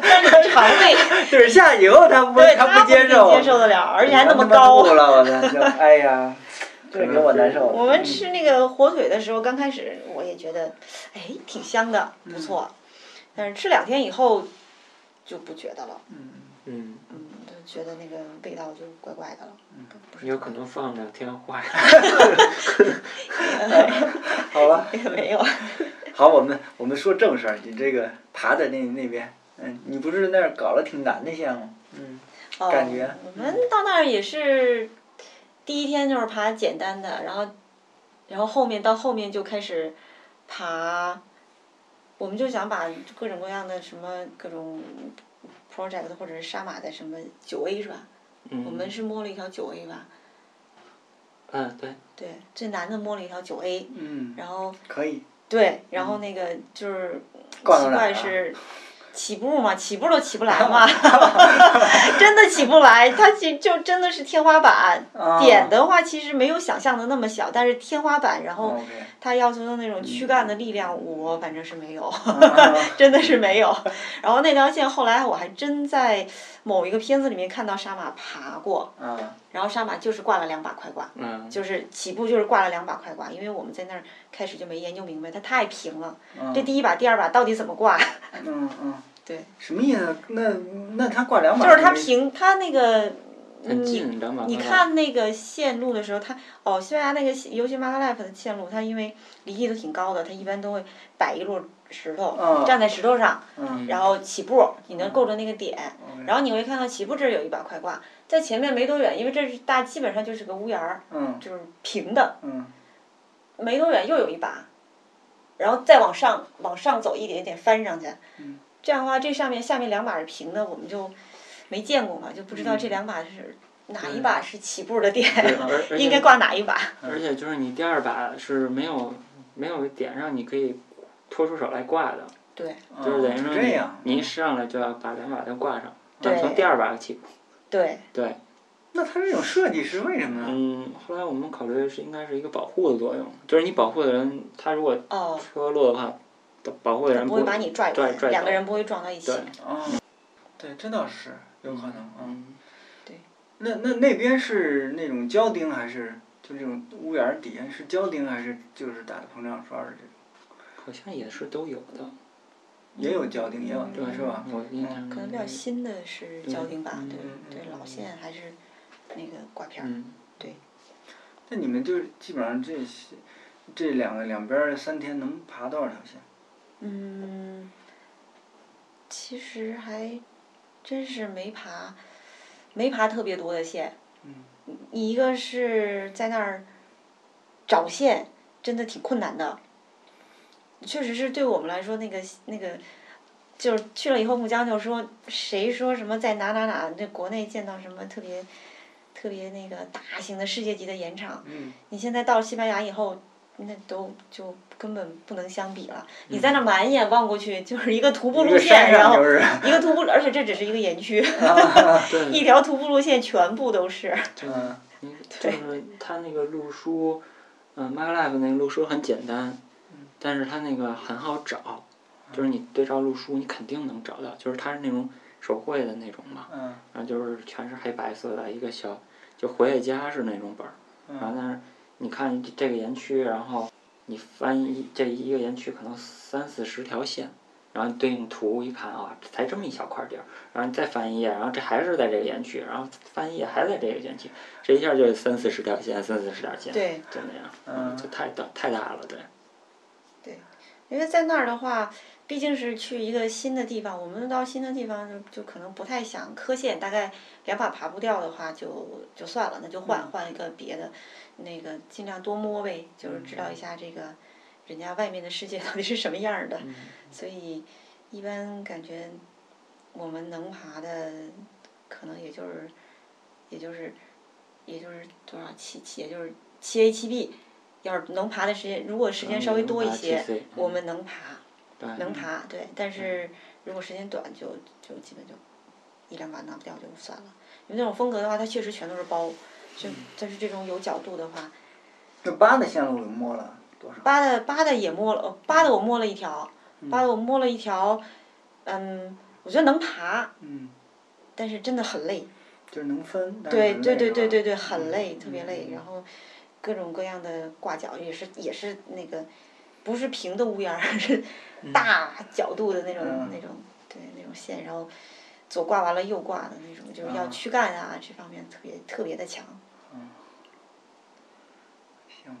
但是肠胃就是下以后他不对他不不接受，接受得了，而且还那么我高。他妈吐了，我操！就哎 呀，这给我难受的。嗯我们吃那个火腿的时候，刚开始我也觉得，哎，挺香的，不错。但是吃两天以后就不觉得了，嗯，嗯，就觉得那个味道就怪怪的了。不不是有可能放两天坏。 好了，也没有， 好，我们我们说正事儿，你这个爬的那那边，嗯，你不是那儿搞了挺难的项目，嗯，哦感觉我们到那儿也是第一天就是爬简单的，然后然后后面到后面就开始爬，我们就想把各种各样的什么各种 project 或者是沙马的什么九 A 是吧？嗯我们是摸了一条九 A 吧，嗯，对，对，最难的摸了一条九 A，嗯，然后可以，对，然后那个就是逛奇到哪儿怪啊？是起步嘛，起步都起不来嘛， 真的起不来，它其就真的是天花板。啊点的话其实没有想象的那么小，但是天花板，然后 OK，它要求的那种躯干的力量，我反正是没有。啊 真的是没有。然后那条线后来我还真在某一个片子里面看到杀马爬过，啊，然后杀马就是挂了两把快挂，嗯，就是起步就是挂了两把快挂，因为我们在那儿开始就没研究明白，它太平了，这第一把、第二把到底怎么挂？嗯嗯，对，什么意思？那那他挂两把，就是它平，它那个。嗯很你近，两百。你，看那个线路的时候，它哦，西班牙那个线尤其马格莱夫的线路，它因为离地都挺高的，它一般都会摆一摞石头，嗯站在石头上，嗯然后起步，你能够着那个点， OK 然后你会看到起步这儿有一把快挂，在前面没多远，因为这是大基本上就是个屋檐儿，嗯就是平的，嗯没多远又有一把，然后再往上往上走一点一点翻上去，嗯这样的话这上面下面两把是平的，我们就没见过嘛，就不嗯知道这两把是、哪一把是起步的点，嗯对，而而且应该挂哪一把。而且就是你第二把是没有没有点上，你可以拖出手来挂的，对嗯，就是等于说这样，嗯你你一上来就要把两把都挂上，对从第二把起。对，对，那他这种设计是为什么呢？嗯，后来我们考虑是应该是一个保护的作用，就是你保护的人，他如果哦，车落的话，保保护的它人不不会把你拽过来拽，拽两个走人不会撞到一起对。哦，对，这倒是有可能，嗯。嗯，那那那边是那种胶钉还是就这种屋檐儿底下是胶钉还是就是打的膨胀刷儿的这种？好像也是都有的，也有胶钉，也有嗯对，是吧？？我印象嗯可能比较新的是对胶钉吧，嗯对嗯嗯对，老线还是那个挂片儿。嗯，那你们就是基本上这些这两个两边儿三天能爬多少条线？嗯，其实还真是没爬，没爬特别多的线。嗯一个是在那儿找线，真的挺困难的。确实是对我们来说，那个那个，就是去了以后，木江就说谁说什么在哪哪哪，这国内见到什么特别特别那个大型的世界级的盐场，嗯你现在到西班牙以后，那都就根本不能相比了。你在那满眼望过去，就是一个徒步嗯一路个山线，然上后就是，一个徒步，而且这只是一个园区，对， 一条徒步路线全部都是。 嗯你就是他那个路书，嗯 m y Life 那个路书很简单，但是它那个很好找，就是你对照路书，你肯定能找到，就是它是那种手绘的那种嘛。嗯然后就是全是黑白色的一个小，就回野家是那种本儿，然嗯后但是你看这个园区，然后你翻一这一个园区可能三四十条线，然后对应图一看啊，才这么一小块地儿，然后你再翻一页，然后这还是在这个园区，然后翻一页还在这个园区，这一下就三四十条线，三四十条线，对，就那样，嗯就太大太大了，对，因为在那儿的话，毕竟是去一个新的地方，我们到新的地方就就可能不太想磕线，大概两把爬不掉的话就就算了，那就换换一个别的，那个尽量多摸呗，就是知道一下这个人家外面的世界到底是什么样儿的， 所以一般感觉我们能爬的可能也就是也就是也就是多少七七也就是七 A 七 B，要是能爬的时间，如果时间稍微多一些。嗯我们能爬，对能爬，对。但是如果时间短就，就基本就一两把拿不掉就算了。因为那种风格的话，它确实全都是包，就但是这种有角度的话，这八的线路我摸了多少？八的八的也摸了，呃八的我摸了一条，八的我摸了一条，嗯，我觉得能爬，嗯，但是真的很累。就是能分。但是对很对累对是对吧对对，很累，特别累。嗯然后各种各样的挂角也是也是那个，不是平的屋檐儿， 是大角度的那种、嗯那种对那种线，然后左挂完了右挂的那种，就是要啊躯干啊这方面特别特别的强，行，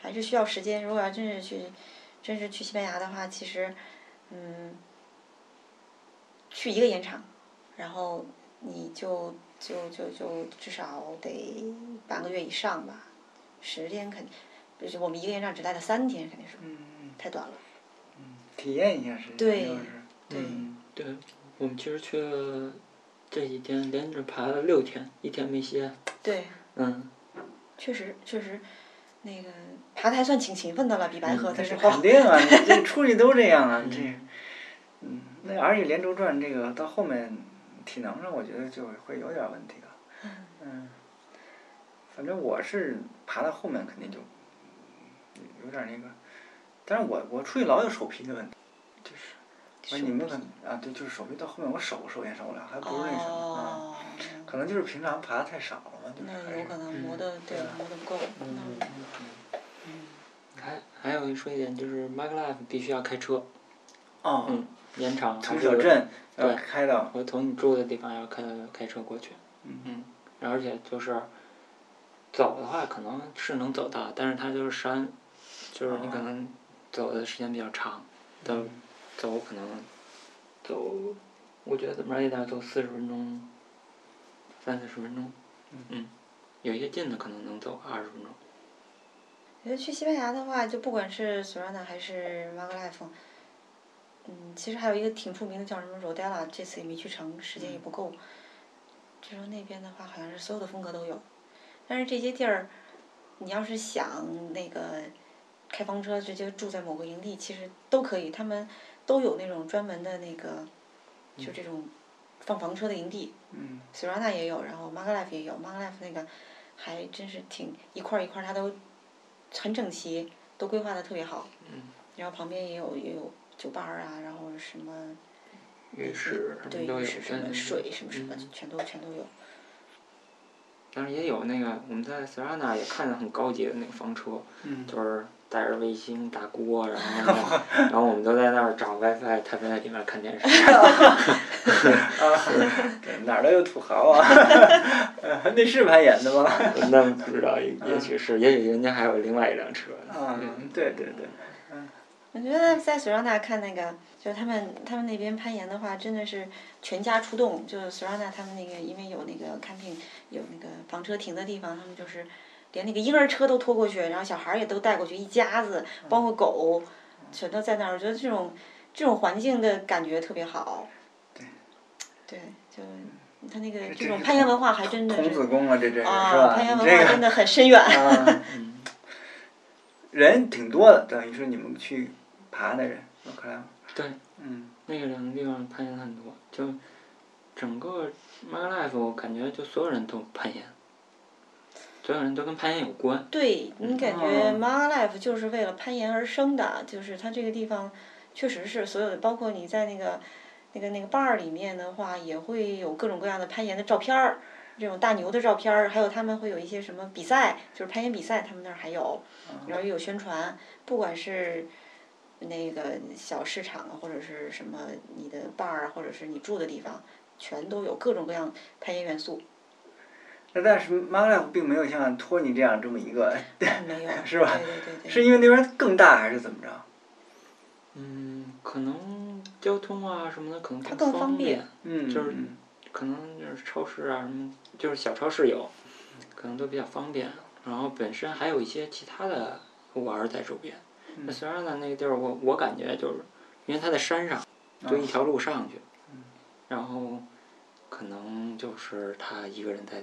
还是需要时间。如果要真是去真是去西班牙的话，其实嗯，去一个盐场，然后你就就就就至少得半个月以上吧，十天肯，就是我们一个演场只待了三天，肯定是嗯嗯太短了。嗯，体验一下时间对就是。对嗯对，我们其实去了这几天，连着爬了六天，一天没歇。对，嗯，确实确实，那个爬的还算挺勤奋的了，比白河的这嗯是时候。肯定啊，你这出去都这样 啊，这，嗯，那而且连轴转这个到后面体能上，我觉得就会有点问题了。嗯，反正我是爬到后面肯定就有点那个，但是我我出去老有手皮的问题，就是，你们可能啊对，就是手臂到后面我手手也受不了，还不是那什么，哦，嗯，可能就是平常爬的太少了嘛，就是还那有是可能磨的对磨的不够。嗯，还还有一说一点就是，Mark Life 必须要开车，哦，嗯，延长还从是小镇要对开到我从你住的地方要开开车过去。嗯嗯，而且就是走的话，可能是能走到，但是它就是山，就是哦你可能走的时间比较长，走嗯走可能走，我觉得怎么着也得走四十分钟，三四十分钟。嗯嗯，有一些近的可能能走二十分钟。我觉得去西班牙的话，就不管是索拉纳还是马格莱夫，嗯，其实还有一个挺出名的叫什么 Rodella，这次也没去成，时间也不够。就说那边的话，好像是所有的风格都有，但是这些地儿，你要是想那个开房车直接住在某个营地，其实都可以，他们都有那种专门的那个，就这种放房车的营地，嗯索拉纳也有，然后 m a g l i f e 也有 m a g l i f e 那个还真是挺一块儿一块儿，它都很整齐，都规划的特别好。嗯然后旁边也有也有酒吧儿啊，然后什么浴室什对么都有，浴室什么但水什么什么，嗯全都全都有。但是也有那个我们在塞拉纳也看见很高级的那个房车，嗯。就是带着卫星大锅，然后 呢然后我们都在那儿找 WiFi，他们在里面看电视。对哪儿都有土豪 啊！呃那是攀岩的吗？ 那不知道，也许是，嗯也许人家还有另外一辆车。嗯，对对对，我觉得在索拉纳看那个，就是他们他们那边攀岩的话，真的是全家出动。就是索拉纳他们那个，因为有那个 camping 有那个房车停的地方，他们就是连那个婴儿车都拖过去，然后小孩儿也都带过去，一家子，包括狗，全都在那儿。我觉得这种这种环境的感觉特别好。对，就他那个嗯这这是种攀岩文化还真的童是子功啊，这这是是啊，吧？攀岩你文这化个真的很深远。啊，嗯人挺多的，等于是你们去爬的人，我看，对，嗯那个两个地方攀岩很多，就整个 m y Life 我感觉就所有人都攀岩，所有人都跟攀岩有关。对你感觉哦嗯 Mara Life 就是为了攀岩而生的，就是它这个地方确实是所有的，包括你在那个那个那个 bar 里面的话，也会有各种各样的攀岩的照片儿，这种大牛的照片儿，还有他们会有一些什么比赛，就是攀岩比赛，他们那儿还有，然后也有宣传，不管是那个小市场啊，或者是什么你的 bar 啊，或者是你住的地方，全都有各种各样攀岩 元素。那但是 m a l a 并没有像托尼这样这么一个，没有，是吧对对对对。是因为那边更大还是怎么着？嗯，可能交通啊什么的可能它更方便，嗯，就是嗯可能就是超市啊什么，就是小超市有，可能都比较方便。然后本身还有一些其他的玩儿在周边。那虽然呢，那个地儿我我感觉就是，因为它在山上，嗯就一条路上去，然后可能就是他一个人在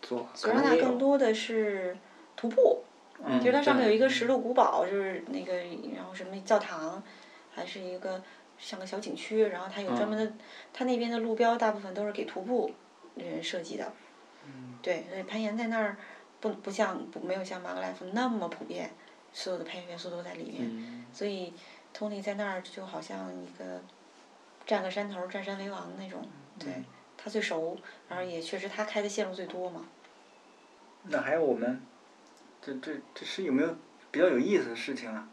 做，索可拉能纳也更有，多的是徒步，嗯就是它上面有一个对石路古堡，就是那个然后什么教堂，还是一个像个小景区，然后它有专门嗯的，它那边的路标大部分都是给徒步人设计的。嗯对，所以攀岩在那儿不不像不没有像马格莱夫那么普遍，所有的攀岩元素都在里面。嗯，所以 Tony 在那儿就好像一个占个山头儿占山为王那种，嗯对、他最熟，然后也确实他开的线路最多嘛。那还有我们，这这这是有没有比较有意思的事情啊？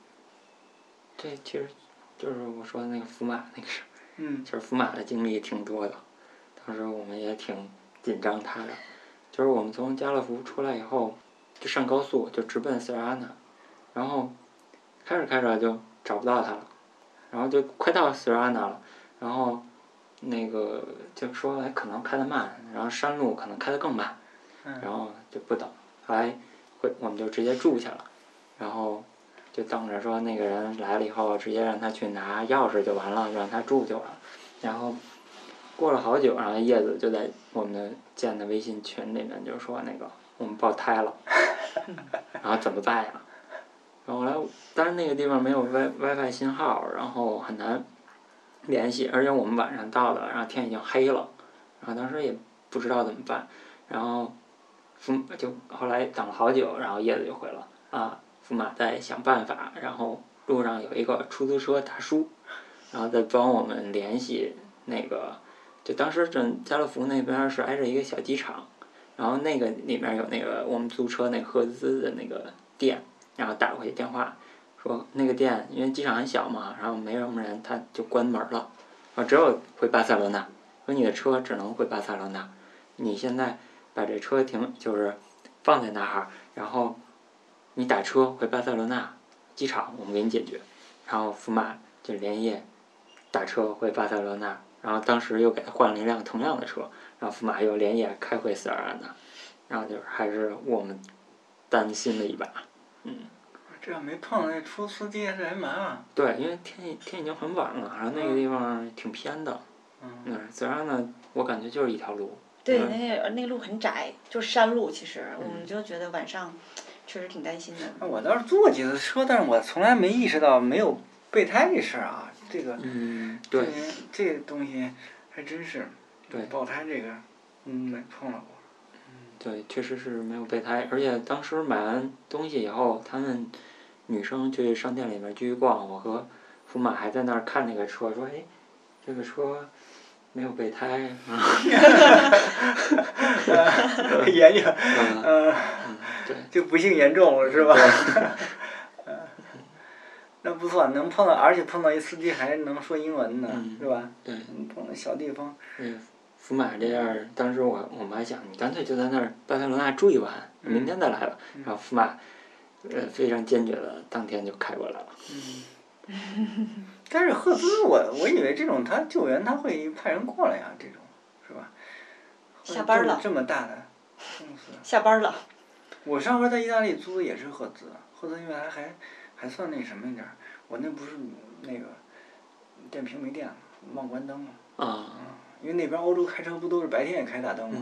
这其实就是我说的那个福马那个事儿，嗯就是福马的经历挺多的，当时我们也挺紧张他的，就是我们从家乐福出来以后，就上高速就直奔塞尔安娜，然后开着开着就找不到他了，然后就快到塞尔安娜了，然后那个就说哎可能开的慢，然后山路可能开的更慢。然嗯后就不等，后来回我们就直接住下了，然后就等着说那个人来了以后，直接让他去拿钥匙就完了，让他住就完了。然后过了好久，然后叶子就在我们的建的微信群里面就说那个我们爆胎了，然后怎么办呀？然后后来，但是那个地方没有 Wi WiFi 信号，然后很难联系，而且我们晚上到的，然后天已经黑了，然后当时也不知道怎么办，然后福就后来等了好久，然后叶子就回了啊，福马在想办法，然后路上有一个出租车大叔，然后再帮我们联系那个，就当时正家乐福那边是挨着一个小机场，然后那个里面有那个我们租车那个赫兹的那个店，然后打过去电话说那个店因为机场很小嘛，然后没什么人，他就关门了，啊，只有回巴塞罗那，说你的车只能回巴塞罗那，你现在。把这车停就是放在那儿，然后你打车回巴塞罗那机场，我们给你解决。然后福马就连夜打车回巴塞罗那，然后当时又给他换了一辆同样的车，然后福马又连夜开回塞尔安纳，然后就是还是我们担心了一把。这要没碰到那出租司机，这人麻烦。对，因为天已天已经很晚了，然后那个地方挺偏的，嗯，嗯，塞尔安纳我感觉就是一条路，对，嗯那个那个路很窄，就是山路。其实我们就觉得晚上确实挺担心的。那我倒嗯是坐过几次车，但是我从来没意识到没有备胎这事儿啊，这个嗯，对，这这东西还真是。对爆胎这个，嗯，没碰到 过。对，确实是没有备胎，而且当时买完东西以后，他们女生去商店里面继续逛，我和福马还在那儿看那个车，说：“哎，这个车没有备胎。严重，嗯”呃，嗯，对，就不幸严重了是吧？ 呃那不错，能碰到，而且碰到一司机还能说英文呢，嗯是吧？对，嗯碰到小地方，嗯，福马这样儿，当时我我们还想，你干脆就在那儿巴塞罗那住一晚，明天再来吧。然后福马，呃，非常坚决的，当天就开过来了。但是赫兹我我以为这种他救援他会派人过来呀、啊这种是吧？下班这了么这么大的公司，下班了，我上回在意大利租的也是赫兹，赫兹因为还还还算那什么一点儿，我那不是那个电瓶没电了，忘关灯了，啊，因为那边欧洲开车不都是白天也开大灯吗？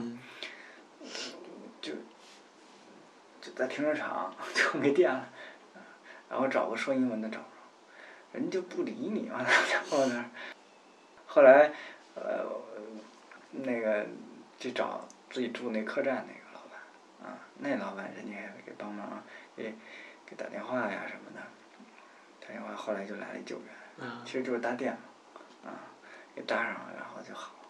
嗯，就在停车场就没电了，然后找个说英文的找不着，人就不理你完了， 然后呢，后来呃那个去找自己住那客栈那个老板啊，那老板人家也给帮忙，给给打电话呀什么的，打电话后来就来了救援，啊，其实就是搭电嘛，啊，给搭上了，然后就好了，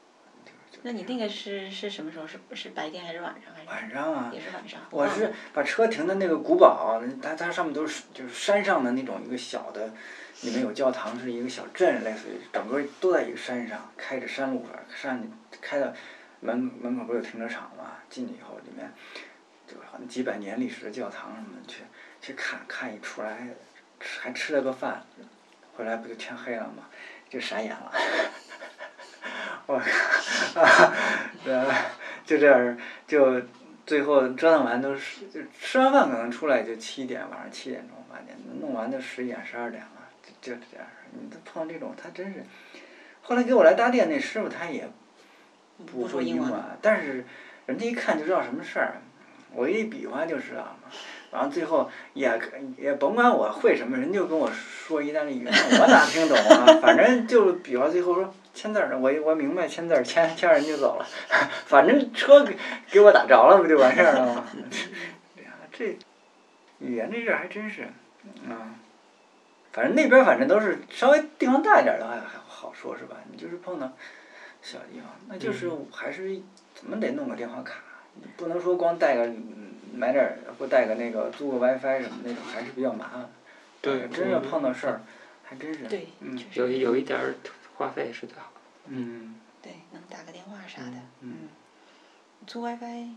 就是那你那个是是什么时候？是是白天还是晚上？还是晚上啊，也是晚上？我是把车停在那个古堡，它它上面都是就是山上的那种一个小的，里面有教堂，是一个小镇，类似于整个都在一个山上，开着山路上，山里开到门门口不是有停车场嘛？进去以后里面就好像几百年历史的教堂什么的，去去看看一出来，吃还吃了个饭，回来不就天黑了嘛，就傻眼了。 我靠！ 啊，呃就这样，就最后折腾完都是，就吃完饭可能出来就七点，晚上七点钟八点，弄完就十一点十二点了，就就这样。你都碰这种，他真是。后来给我来搭电那师傅他也不不说会英英文，文，但是人家一看就知道什么事儿。我一比划就知道了嘛，完了最后也也甭管我会什么，人就跟我说意大利语，我哪听懂啊？反正就是比划，最后说签字儿，我我明白签字儿，签签人就走了， 反正车给给我打着了，不就完事儿了吗？ 哎呀这语言这事儿还真是，嗯，反正那边儿反正都是稍微地方大一点儿的话还好说是吧？你就是碰到小地方，啊那就是还是怎么得弄个电话卡，你不能说光带个嗯买点儿或带个那个租个 WiFi 什么那种，还是比较麻烦。对真要碰到事儿，还真是。对，嗯确嗯有实，一有一点儿话费是最好的。嗯对，能打个电话啥的嗯，嗯，租 WiFi，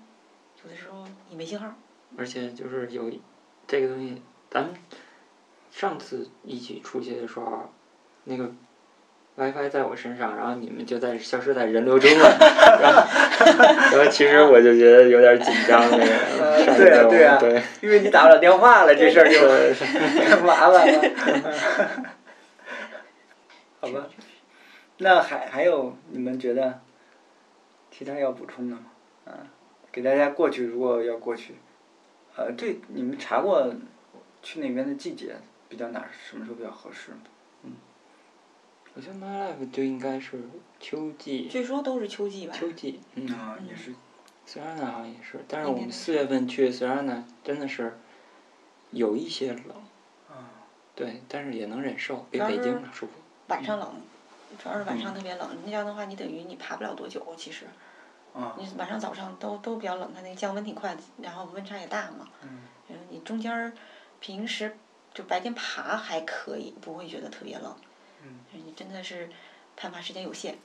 有的时候你没信号，而且就是有一这个东西，咱们上次一起出去的时候，啊那个 WiFi 在我身上，然后你们就在消失在人流中了，然后然后其实我就觉得有点紧张那呃个上一对啊周对啊对 因为你打不了电话了，这事儿就对是麻烦了。好吧，确实 那还还有你们觉得其他要补充的吗？嗯、给大家过去，如果要过去，呃，对，你们查过去那边的季节比较哪儿什么时候比较合适吗？我觉得 My Life 就应该是秋季，据说都是秋季吧，秋季，嗯，啊、也是，虽然呢好像也是，但是应我该们是四月份去虽然呢真的是有一些冷，啊、对，但是也能忍受，比主要北京是舒服。晚上冷，嗯主要是晚上特别冷，那样的话你等于你爬不了多久，其实啊、你晚上早上都都比较冷，它那个降温挺快，然后温差也大嘛，嗯，然后你中间儿平时就白天爬还可以，不会觉得特别冷，嗯，你真的是攀爬时间有限，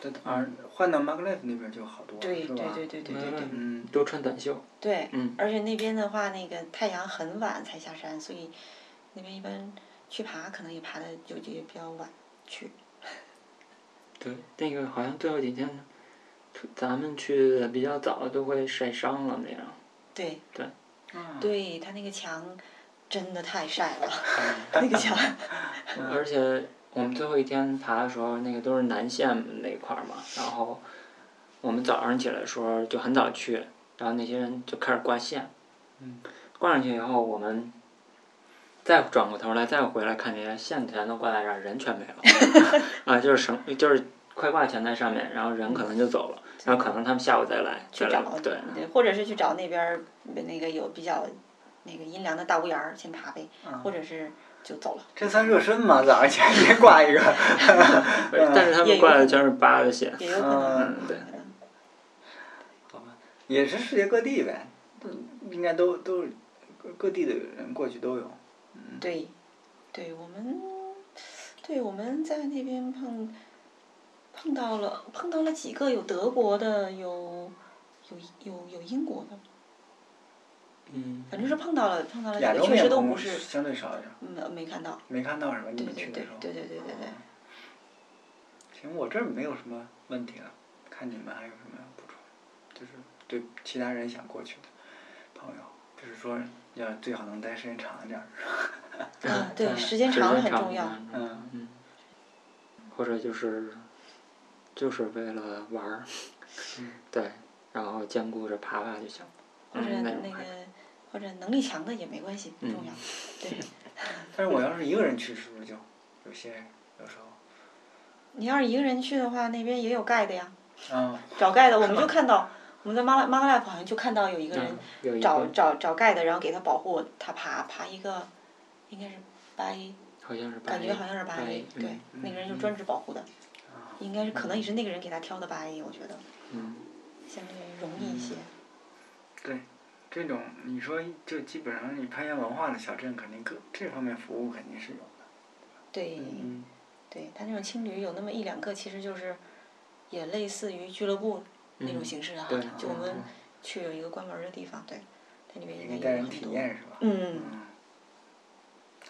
但而换到 Mark Life 那边就好多了，嗯对是对吧？对对对对对嗯，多穿短袖。对，嗯而且那边的话，那个太阳很晚才下山，所以那边一般去爬可能也爬的就就也比较晚去，对，那个好像最后几天，咱们去的比较早，都会晒伤了那 样。对，啊，对，它那个墙真的太晒 了，那个嗯墙。嗯而且我们最后一天爬的时候，那个都是南线那一块儿嘛，然后我们早上起来的时候就很早去，然后那些人就开始挂线。嗯。挂上去以后，我们再转过头来，再回来看这些线全都挂在这儿，人全没了。 啊，就是绳，就是快挂全在上面，然后人可能就走了，然后可能他们下午再来， 去再找来，对。或者是去找那边儿那个有比较那个阴凉的大屋檐儿先爬呗，嗯或者是就走了，这算热身吗？早上起来先挂一个， 但是他也们有挂可的能全是八的线，也有可能。嗯对好吧，也是世界各地 呗，都嗯应该都都是各各地的人过去都有。对，对我们，对我们在那边碰碰到了碰到了几个有德国的，有有有有英国的，嗯，反正是碰到了碰到了亚几洲个，确面实都不孔是相对少一点，没没看到。没看到是吧？你对们对去对的时候。对对对对对，行，我这儿没有什么问题了，看你们还有什么要补充？就是对其他人想过去的朋友，就是说要最好能待时间长一点儿。嗯对，时时间间长长了很重要。嗯嗯嗯，或者就是就是为了玩儿，对，然后兼顾着爬爬就行。嗯或者嗯那那个种还可以或者能力强的也没关系，嗯不重要。对，但是我要是一个人去，是不是就有些有时候你要是一个人去的话，那边也有盖的呀，啊，找盖的，我们就看到我们在马拉马拉 life 好像就看到有一个人嗯有一找个找找盖的，然后给他保护，他爬爬一个，应该是八 A，好像是八感觉 A，好像是八 A， A，对，那个人就专职保护的。啊应该是可能也是那个人给他挑的八音，我觉得嗯，相对容易一些。这种你说就基本上你攀岩文化的小镇，肯定各这方面服务肯定是有的。对，嗯，对他那种青旅有那么一两个，其实就是也类似于俱乐部那种形式啊，嗯对，就我们嗯去有一个关门儿的地方，对，它里面也应可以该带有人很体多。验是吧？嗯嗯，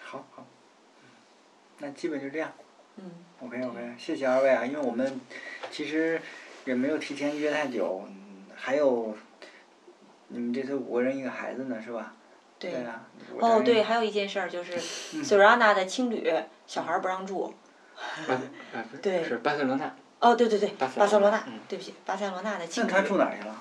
好好，嗯那基本就这样。嗯 OK OK，谢谢二位啊，因为我们其实也没有提前约太久，嗯还有你们这次五个人一个孩子呢是吧？对啊。我哦，担对，心，还有一件事儿就是索拉纳的青旅，小孩儿不让住。啊不是对是巴塞罗那，哦，对对对，巴塞巴塞罗罗那那嗯，对不起，巴塞罗那的青那旅。他住哪儿去了？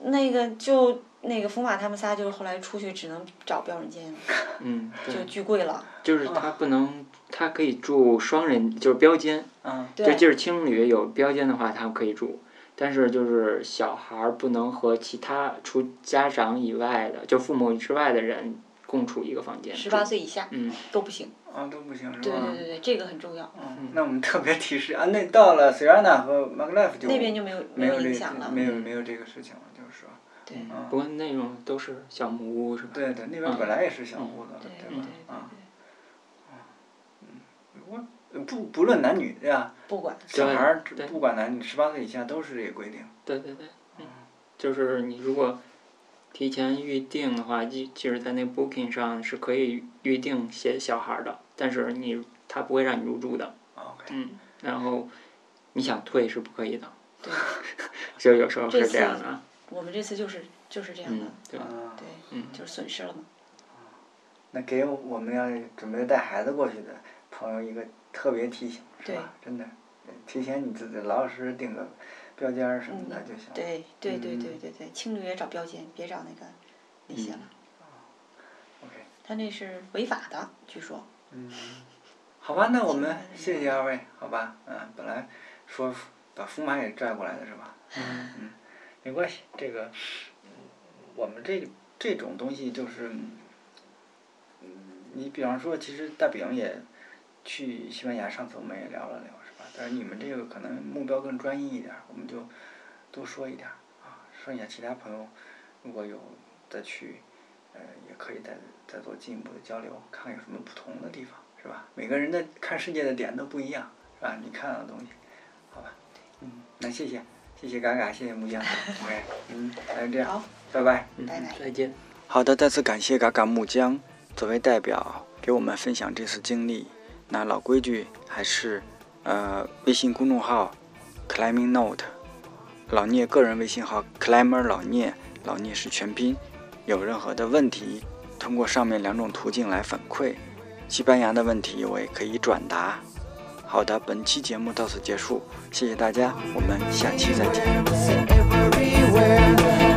那个就那个福马他们仨，就是后来出去只能找标准间，嗯，就对，巨贵了。就是他不能，他可以住双人，就是标间，嗯，就对即使青旅有标间的话，他可以住。但是就是小孩儿不能和其他除家长以外的，就父母之外的人共处一个房间。十八。岁以下嗯，都不行。啊都不行是对吧？对对对，这个很重要。嗯，那我们特别提示啊，那到了 s i r a n a 和 m a g l e f 就那边就没有没有这影响了。没嗯有没有这个事情了，就是说，对嗯不过那种都是小木屋是吧？对对，那边嗯本来也是小屋子，对嗯吧对对？对啊，我不不论男女对吧？不管。小孩儿对不管男女，十八岁以下都是这个规定。对对对，嗯，就是你如果提前预定的话，即即使在那 Booking 上是可以预定写小孩儿的，但是你他不会让你入住的，啊 OK，嗯，然后你想退是不可以的，对，就有时候这是次这样的啊，我们这次就是就是这样的嗯，，对，嗯，对，嗯就是损失了嘛。那给我们要准备带孩子过去的朋友一个特别提醒，是吧？真的，呃提前你自己老老实实定个标间儿什么的就行了。嗯对对对对嗯对对，青旅也找标间，别找那个那些了，嗯 OK，他那是违法的，据说。嗯，好吧，那我们谢谢二位，好吧？嗯，本来说把福马也拽过来的是吧？嗯没关系，这个嗯我们这这种东西就是，嗯，你比方说，其实大饼也去西班牙，上次我们也聊了聊，是吧？但是你们这个可能目标更专一一点儿，我们就多说一点儿啊。剩下其他朋友如果有再去，呃，也可以再再做进一步的交流，看看有什么不同的地方，是吧？每个人的看世界的点都不一样，是吧？你看到的东西，好吧？嗯，那谢谢。谢谢嘎嘎，谢谢木匠。OK，嗯，那就这样好，拜拜。嗯拜拜，再见。好的，再次感谢嘎嘎木江作为代表给我们分享这次经历。那老规矩还是，呃，微信公众号 climbing note，老聂个人微信号 climber 老聂，老聂是全拼。有任何的问题，通过上面两种途径来反馈。西班牙的问题我也可以转达。好的，本期节目到此结束，谢谢大家，我们下期再见。 everywhere.